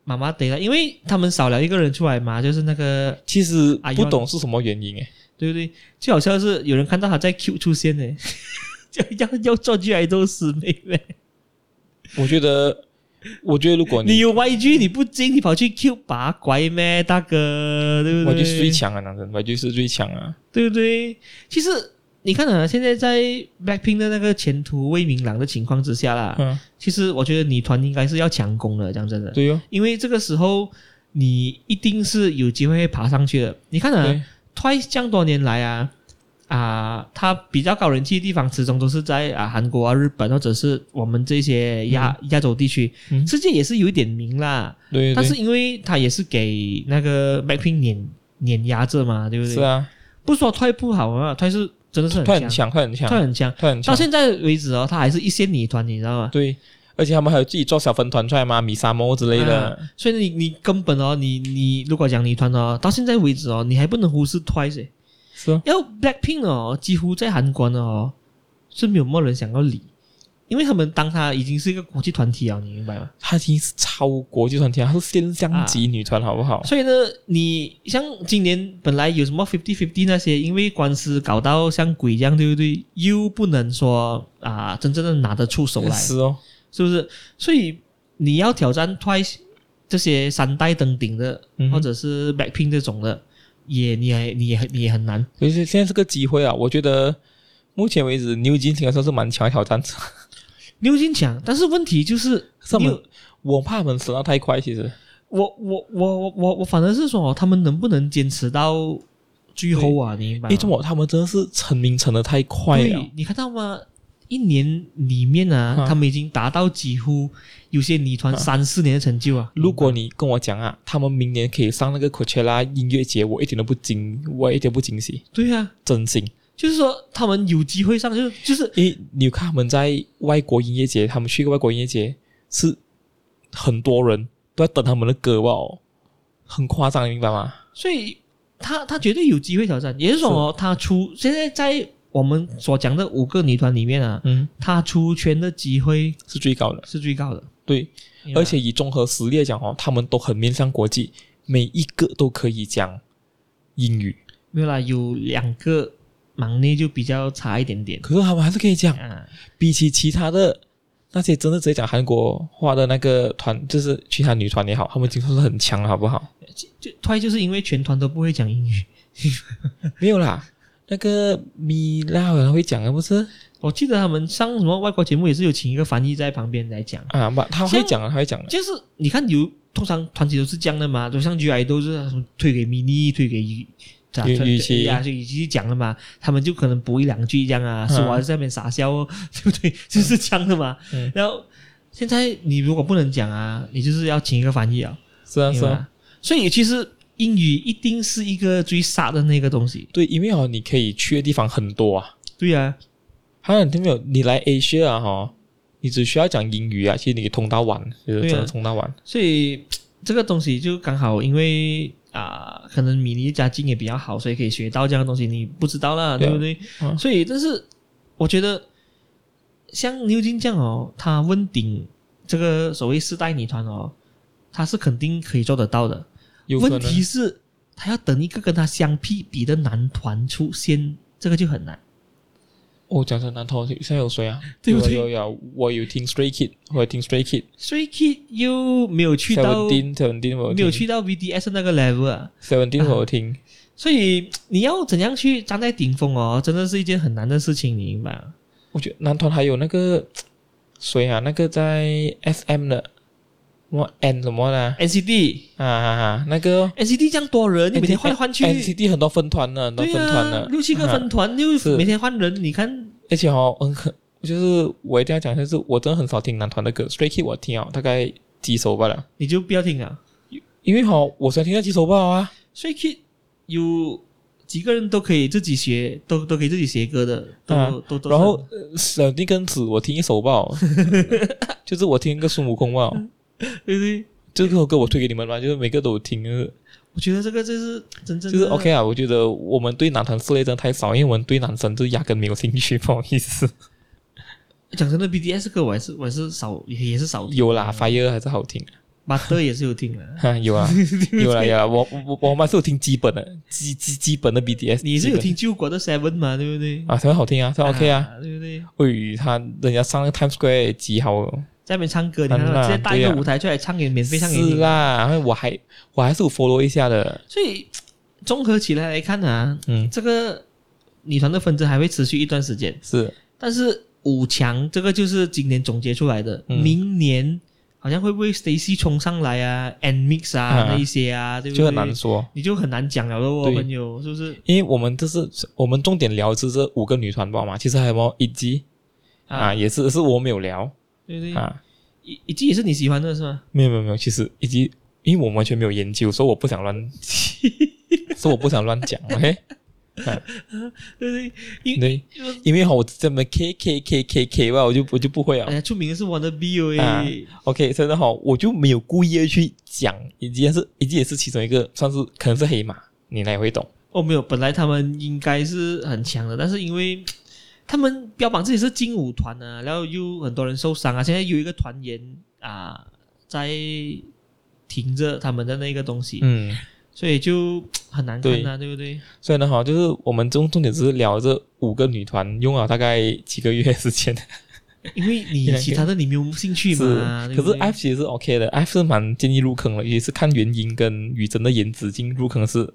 [SPEAKER 2] 妈妈得了，因为他们少了一个人出来嘛，就是那个
[SPEAKER 1] 其实
[SPEAKER 2] 哎
[SPEAKER 1] 不
[SPEAKER 2] 呦
[SPEAKER 1] 懂是什么原因诶。
[SPEAKER 2] 对不对？最好笑的是有人看到他在 Q 出现呢， (laughs) 要要要做 G I 都师妹妹，
[SPEAKER 1] 我觉得，我觉得如果
[SPEAKER 2] 你
[SPEAKER 1] 哦你
[SPEAKER 2] 有 Y G 你不精，你跑去 Q 拔乖咩，大哥，对不
[SPEAKER 1] 我
[SPEAKER 2] 对？
[SPEAKER 1] 就是最强啊，男生，我就是最强啊。
[SPEAKER 2] 对不对？其实你看啊，现在在 Blackpink 的那个前途未明朗的情况之下啦，
[SPEAKER 1] 嗯，
[SPEAKER 2] 其实我觉得女团应该是要强攻了，讲真的，
[SPEAKER 1] 对哦，
[SPEAKER 2] 因为这个时候你一定是有机会会爬上去的。你看啊
[SPEAKER 1] 对，
[SPEAKER 2] ，Twice 这样多年来啊。啊，它比较高人气的地方，始终都是在啊韩国啊、日本或者是我们这些亚、亚洲地区，
[SPEAKER 1] 嗯
[SPEAKER 2] 世界也是有一点名啦。
[SPEAKER 1] 对对，
[SPEAKER 2] 但是因为它也是给那个 Blackpink 碾碾压着嘛，对不对？
[SPEAKER 1] 是啊，
[SPEAKER 2] 不是说退不好啊，退是真的是很
[SPEAKER 1] 他很
[SPEAKER 2] 强，
[SPEAKER 1] 强，他很
[SPEAKER 2] 退
[SPEAKER 1] 强，
[SPEAKER 2] 很强。
[SPEAKER 1] 他很
[SPEAKER 2] 到
[SPEAKER 1] 强，
[SPEAKER 2] 现在为止哦，他还是一线女团，你知道吗？
[SPEAKER 1] 对。而且他们还有自己做小分团出来嘛，米沙猫之类的。
[SPEAKER 2] 啊所以你你根本哦，你你如果讲女团哦，到现在为止哦，你还不能忽视 Twice 欸。
[SPEAKER 1] 是哦，
[SPEAKER 2] 然后 Blackpink 哦，几乎在韩国呢哦是没有什么人想要理，因为他们当他已经是一个国际团体啊了，你明白吗？
[SPEAKER 1] 他已经是超国际团体，他是现
[SPEAKER 2] 啊
[SPEAKER 1] 象级女团，好不好？
[SPEAKER 2] 所以呢，你像今年本来有什么 fifty fifty 那些，因为官司搞到像鬼一样，对不对？又不能说啊，真正的拿得出手来。
[SPEAKER 1] 是哦，
[SPEAKER 2] 是不是？所以你要挑战 Twice 这些三代登顶的，
[SPEAKER 1] 嗯哼
[SPEAKER 2] 或者是 Blackpink 这种的，也你也你也你也很难。
[SPEAKER 1] 所以现在是个机会啊！我觉得目前为止，牛津应该算是蛮强的挑战者。
[SPEAKER 2] 牛津强，但是问题就是，
[SPEAKER 1] 是他
[SPEAKER 2] 你
[SPEAKER 1] 们
[SPEAKER 2] 有，
[SPEAKER 1] 我怕他们死到太快，其实
[SPEAKER 2] 我我我我我我反而是说、他们能不能坚持到最后啊？你明白
[SPEAKER 1] 因为中
[SPEAKER 2] 吗？
[SPEAKER 1] 国他们真的是成名成的太哎快了
[SPEAKER 2] 对，。你看到吗？一年里面啊，
[SPEAKER 1] 啊
[SPEAKER 2] 他们已经达到几乎有些女团
[SPEAKER 1] 啊
[SPEAKER 2] 三四年的成就啊。
[SPEAKER 1] 如果你跟我讲啊，他们明年可以上那个 Coachella 音乐节，我一点都不惊，我一点不惊喜，
[SPEAKER 2] 对啊，
[SPEAKER 1] 真心。
[SPEAKER 2] 就是说他们有机会上，就是就是
[SPEAKER 1] 因为你有看他们在外国音乐节，他们去一个外国音乐节，是很多人都在等他们的歌吧、哦，很夸张，你明白吗？
[SPEAKER 2] 所以他他绝对有机会挑战。也就是说、哦，他出现在在我们所讲的五个女团里面啊，
[SPEAKER 1] 嗯，
[SPEAKER 2] 他出圈的机会
[SPEAKER 1] 是最高的。
[SPEAKER 2] 是最高的。
[SPEAKER 1] 对，
[SPEAKER 2] 明白
[SPEAKER 1] 而且以综合实力来讲哦，他们都很面向国际，每一个都可以讲英语，
[SPEAKER 2] 没有啦，有两个忙内就比较差一点点
[SPEAKER 1] 嗯可是他们还是可以讲。
[SPEAKER 2] 啊。
[SPEAKER 1] 比起其他的那些真的直接讲韩国话的那个团，就是其他女团也好，他们经常是很强，好不好？
[SPEAKER 2] 就 Twice 就是因为全团都不会讲英语，
[SPEAKER 1] 没有啦，那个米拉好像会讲啊，不是
[SPEAKER 2] 我记得他们上什么外国节目也是有请一个翻译在旁边来讲，
[SPEAKER 1] 啊，不，他会讲啊，他会讲的。
[SPEAKER 2] 就是你看有通常团体都是这样的嘛，就像 G I 都是什么推给 mini 推给雨咋
[SPEAKER 1] 雨雨琦
[SPEAKER 2] 呀，就雨琦讲了嘛，他们就可能补一两句这样啊，
[SPEAKER 1] 嗯
[SPEAKER 2] 说完在那边傻笑哦，对不对？ (laughs) 就是这样的嘛。
[SPEAKER 1] 嗯
[SPEAKER 2] 然后现在你如果不能讲啊，你就是要请一个翻译啊，
[SPEAKER 1] 是啊，
[SPEAKER 2] 明
[SPEAKER 1] 是
[SPEAKER 2] 白
[SPEAKER 1] 啊，
[SPEAKER 2] 吗？所以其实英语一定是一个最傻的那个东西，
[SPEAKER 1] 对，因为哦，你可以去的地方很多啊。
[SPEAKER 2] 对呀、啊。
[SPEAKER 1] 还有你听没有？你来 Asia 啊，哈，你只需要讲英语啊，其实你可以通到完，就是
[SPEAKER 2] 对啊
[SPEAKER 1] 真的通到完。
[SPEAKER 2] 所以呃这个东西就刚好因为啊、可能米妮家境也比较好，所以可以学到这样的东西，你不知道啦，
[SPEAKER 1] 对
[SPEAKER 2] 对
[SPEAKER 1] 啊
[SPEAKER 2] 不对？
[SPEAKER 1] 嗯
[SPEAKER 2] 所以，但是我觉得像牛津这样哦，他问鼎这个所谓四代女团哦，他是肯定可以做得到的。
[SPEAKER 1] 有可
[SPEAKER 2] 问
[SPEAKER 1] 能
[SPEAKER 2] 题是，他要等一个跟他相媲比的男团出现，这个就很难。
[SPEAKER 1] 哦，讲成男团现在有谁啊？
[SPEAKER 2] 对不对
[SPEAKER 1] 有有有，我有听 Stray Kid，我有听 Stray Kid，
[SPEAKER 2] 所以 Kid 又没有去到
[SPEAKER 1] Seventeen Seventeen 我
[SPEAKER 2] 没
[SPEAKER 1] 听
[SPEAKER 2] 有去到 VDS 那个 level 啊。
[SPEAKER 1] Seventeen 我有听，
[SPEAKER 2] 所以你要怎样去站在顶峰哦，真的是一件很难的事情，你明白吗？
[SPEAKER 1] 我觉得男团还有那个谁啊？那个在 FM 的什么 N 什么的啊
[SPEAKER 2] NCT
[SPEAKER 1] 啊啊啊那个
[SPEAKER 2] NCT 这样多人，你每天换来换去，
[SPEAKER 1] NCT 很多分团呢，很多
[SPEAKER 2] 对
[SPEAKER 1] 分团
[SPEAKER 2] 啊
[SPEAKER 1] 呢，，
[SPEAKER 2] 六七个分
[SPEAKER 1] 啊。 (laughs)
[SPEAKER 2] 团，又
[SPEAKER 1] 是
[SPEAKER 2] 每天换人，你看
[SPEAKER 1] 而且哦，嗯，可就是我一定要讲，就是我真的很少听男团的歌，Stray Kid 我听哦，大概几首罢了。
[SPEAKER 2] 你就不要听啊。
[SPEAKER 1] 因为哦，我才听到几首罢了啊。
[SPEAKER 2] 所以 Kid 有几个人都可以自己学，都都可以自己写歌的，都、
[SPEAKER 1] 啊
[SPEAKER 2] 都都。
[SPEAKER 1] 然后呃小弟跟子我听一首吧， (laughs) 就是我听一个孙悟空吧，
[SPEAKER 2] 对对，
[SPEAKER 1] 这首歌我推给你们嘛，就是每个都有听，就是
[SPEAKER 2] 我觉得这个就是真正
[SPEAKER 1] 就是
[SPEAKER 2] 的
[SPEAKER 1] OK 啊。我觉得我们对男团涉猎真的太少，因为我们对男生就压根没有兴趣， (laughs) 不好意思。
[SPEAKER 2] 讲真的，BDS 歌我还是我还是少也也是少听
[SPEAKER 1] 有啦，Fire 还是好听， (laughs)
[SPEAKER 2] ，Butter 也是有听的。
[SPEAKER 1] 哈，有
[SPEAKER 2] (laughs)
[SPEAKER 1] 啊，有啦有啦，我我我我们还是有听基本的基基基本的 BTS，
[SPEAKER 2] 你是
[SPEAKER 1] 基
[SPEAKER 2] 有
[SPEAKER 1] 本 (laughs)
[SPEAKER 2] 听救国的 Seven 嘛？对不对？
[SPEAKER 1] 啊，才会好听啊，才 OK 啊。，
[SPEAKER 2] 对不对？
[SPEAKER 1] 喂，他人家上那个 Times Square 也极好哦。
[SPEAKER 2] 在那边唱歌，你看
[SPEAKER 1] 很啊
[SPEAKER 2] 他
[SPEAKER 1] 辣
[SPEAKER 2] 直接搭一
[SPEAKER 1] 对
[SPEAKER 2] 个
[SPEAKER 1] 啊
[SPEAKER 2] 舞台出来唱给免费唱给
[SPEAKER 1] 是
[SPEAKER 2] 你，
[SPEAKER 1] 啦，然后我还我还是有 follow 一下的，
[SPEAKER 2] 所以综合起来来看啊，
[SPEAKER 1] 嗯，
[SPEAKER 2] 这个女团的纷争还会持续一段时间。
[SPEAKER 1] 是
[SPEAKER 2] 但是五强这个就是今年总结出来的，
[SPEAKER 1] 嗯
[SPEAKER 2] 明年好像会不会 Stacy 冲上来啊，and mix 啊
[SPEAKER 1] 啊
[SPEAKER 2] 那一些啊，对不对？
[SPEAKER 1] 就很难说。
[SPEAKER 2] 你就很难讲了喽，
[SPEAKER 1] 对
[SPEAKER 2] 朋友，是不是？
[SPEAKER 1] 因为我们这是我们重点聊是这五个女团包嘛，其实还有么一季啊，
[SPEAKER 2] 啊，
[SPEAKER 1] 也是是我没有聊
[SPEAKER 2] 对不对？
[SPEAKER 1] 啊，
[SPEAKER 2] 以以及也是你喜欢的是吗？
[SPEAKER 1] 没有没有没有，其实以及因为我完全没有研究，所以我不想乱，所以我不想乱讲，OK？
[SPEAKER 2] 对不
[SPEAKER 1] 啊
[SPEAKER 2] 对？因
[SPEAKER 1] 对，因为哈我这么 K K K K K 吧，我就我就不会
[SPEAKER 2] 哎
[SPEAKER 1] 啊。
[SPEAKER 2] 呀，出名的是 Wanna Be 哦
[SPEAKER 1] 啊
[SPEAKER 2] 哎，
[SPEAKER 1] OK，真的哈，我就没有故意地去讲，以及也是以及也是其中一个，算是可能是黑马，你来会懂。
[SPEAKER 2] 哦，没有，本来他们应该是很强的，但是因为他们标榜自己是劲舞团啊，然后又很多人受伤啊，现在有一个团员啊在停着他们的那个东西，
[SPEAKER 1] 嗯，
[SPEAKER 2] 所以就很难看啊，对不对？
[SPEAKER 1] 所以呢哈，就是我们重重点只是聊这五个女团，用了大概几个月时间。
[SPEAKER 2] 因为你
[SPEAKER 1] 原来
[SPEAKER 2] 其他的你没有兴趣嘛，
[SPEAKER 1] 是，
[SPEAKER 2] 对
[SPEAKER 1] 可
[SPEAKER 2] 不
[SPEAKER 1] 是哎
[SPEAKER 2] 对
[SPEAKER 1] F 其实是 OK 的，F 是蛮建议入坑的，也是看原因跟雨真的颜值进入坑是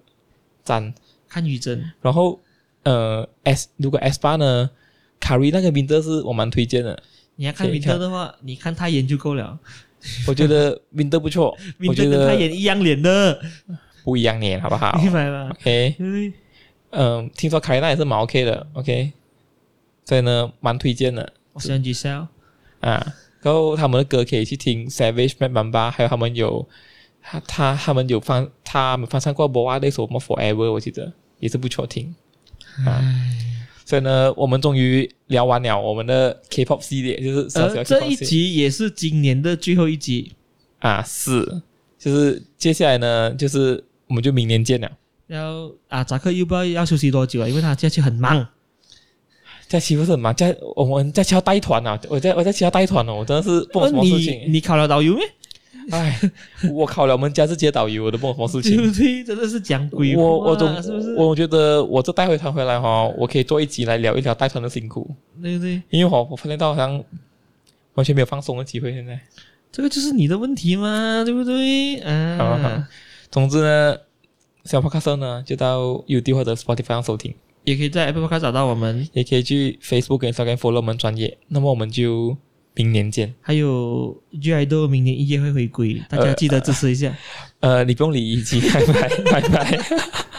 [SPEAKER 1] 赞。
[SPEAKER 2] 看雨真
[SPEAKER 1] 然后呃 S 如果 S 八呢，卡瑞那个名字是我蛮推
[SPEAKER 2] (laughs)
[SPEAKER 1] 荐的，
[SPEAKER 2] 你要看
[SPEAKER 1] 可以
[SPEAKER 2] 明德的话，你看他演就够了，
[SPEAKER 1] 我觉得名字不错，
[SPEAKER 2] 明
[SPEAKER 1] 我
[SPEAKER 2] 德
[SPEAKER 1] 觉
[SPEAKER 2] 跟他
[SPEAKER 1] 得
[SPEAKER 2] 演一样脸的，
[SPEAKER 1] 不一样年好不
[SPEAKER 2] (laughs)
[SPEAKER 1] 好
[SPEAKER 2] 明白吗？
[SPEAKER 1] ？OK，
[SPEAKER 2] 对不对？
[SPEAKER 1] 嗯、听说卡瑞那也是蛮 OK 的，OK，所以呢蛮推荐的
[SPEAKER 2] 我喜欢 Giselle，
[SPEAKER 1] 啊。然后他们的歌可以去听 Savage m a m b a 还有他们有他他他们有翻他们翻唱过 Boa 那首什么 Forever，我记得也是不错听。啊
[SPEAKER 2] 唉
[SPEAKER 1] 所以呢，我们终于聊完了我们的 K-pop 系列，就是啊小小
[SPEAKER 2] 呃，
[SPEAKER 1] 的
[SPEAKER 2] 这一
[SPEAKER 1] K-pop 系列
[SPEAKER 2] 集也是今年的最后一集。
[SPEAKER 1] 啊，是，就是接下来呢，就是我们就明年见了。
[SPEAKER 2] 然后啊，扎克又不知道要休息多久啊，因为他假期很忙。
[SPEAKER 1] 假期不是很忙，假我们假期要带团啊，我在我在期要带团哦，我真的是不懂
[SPEAKER 2] 问
[SPEAKER 1] 什么事
[SPEAKER 2] 呃你
[SPEAKER 1] 情。
[SPEAKER 2] 你考了导游没？
[SPEAKER 1] 哎，我考了我们家是接导游，我都不懂什么事
[SPEAKER 2] 对
[SPEAKER 1] 情。
[SPEAKER 2] 不对？真的是讲鬼话，
[SPEAKER 1] 我我总
[SPEAKER 2] 是不是？
[SPEAKER 1] 我觉得我这带回团回来哈、哦，我可以做一集来聊一聊带团的辛苦，
[SPEAKER 2] 对不对？
[SPEAKER 1] 因为我我发现到好像完全没有放松的机会。现在，
[SPEAKER 2] 这个就是你的问题嘛，对不对？啊，
[SPEAKER 1] 好好总之呢，小 podcast 呢就到 YouTube 或者 Spotify 上收听，
[SPEAKER 2] 也可以在 Apple Podcast 找到我们，
[SPEAKER 1] 也可以去 Facebook 跟 Instagram follow 我们专业。那么我们就明年见。
[SPEAKER 2] 还有 G I 豆明年
[SPEAKER 1] 呃
[SPEAKER 2] 一月会回归，大家记得支持一下。
[SPEAKER 1] 呃，你不用理一季，拜拜，拜拜。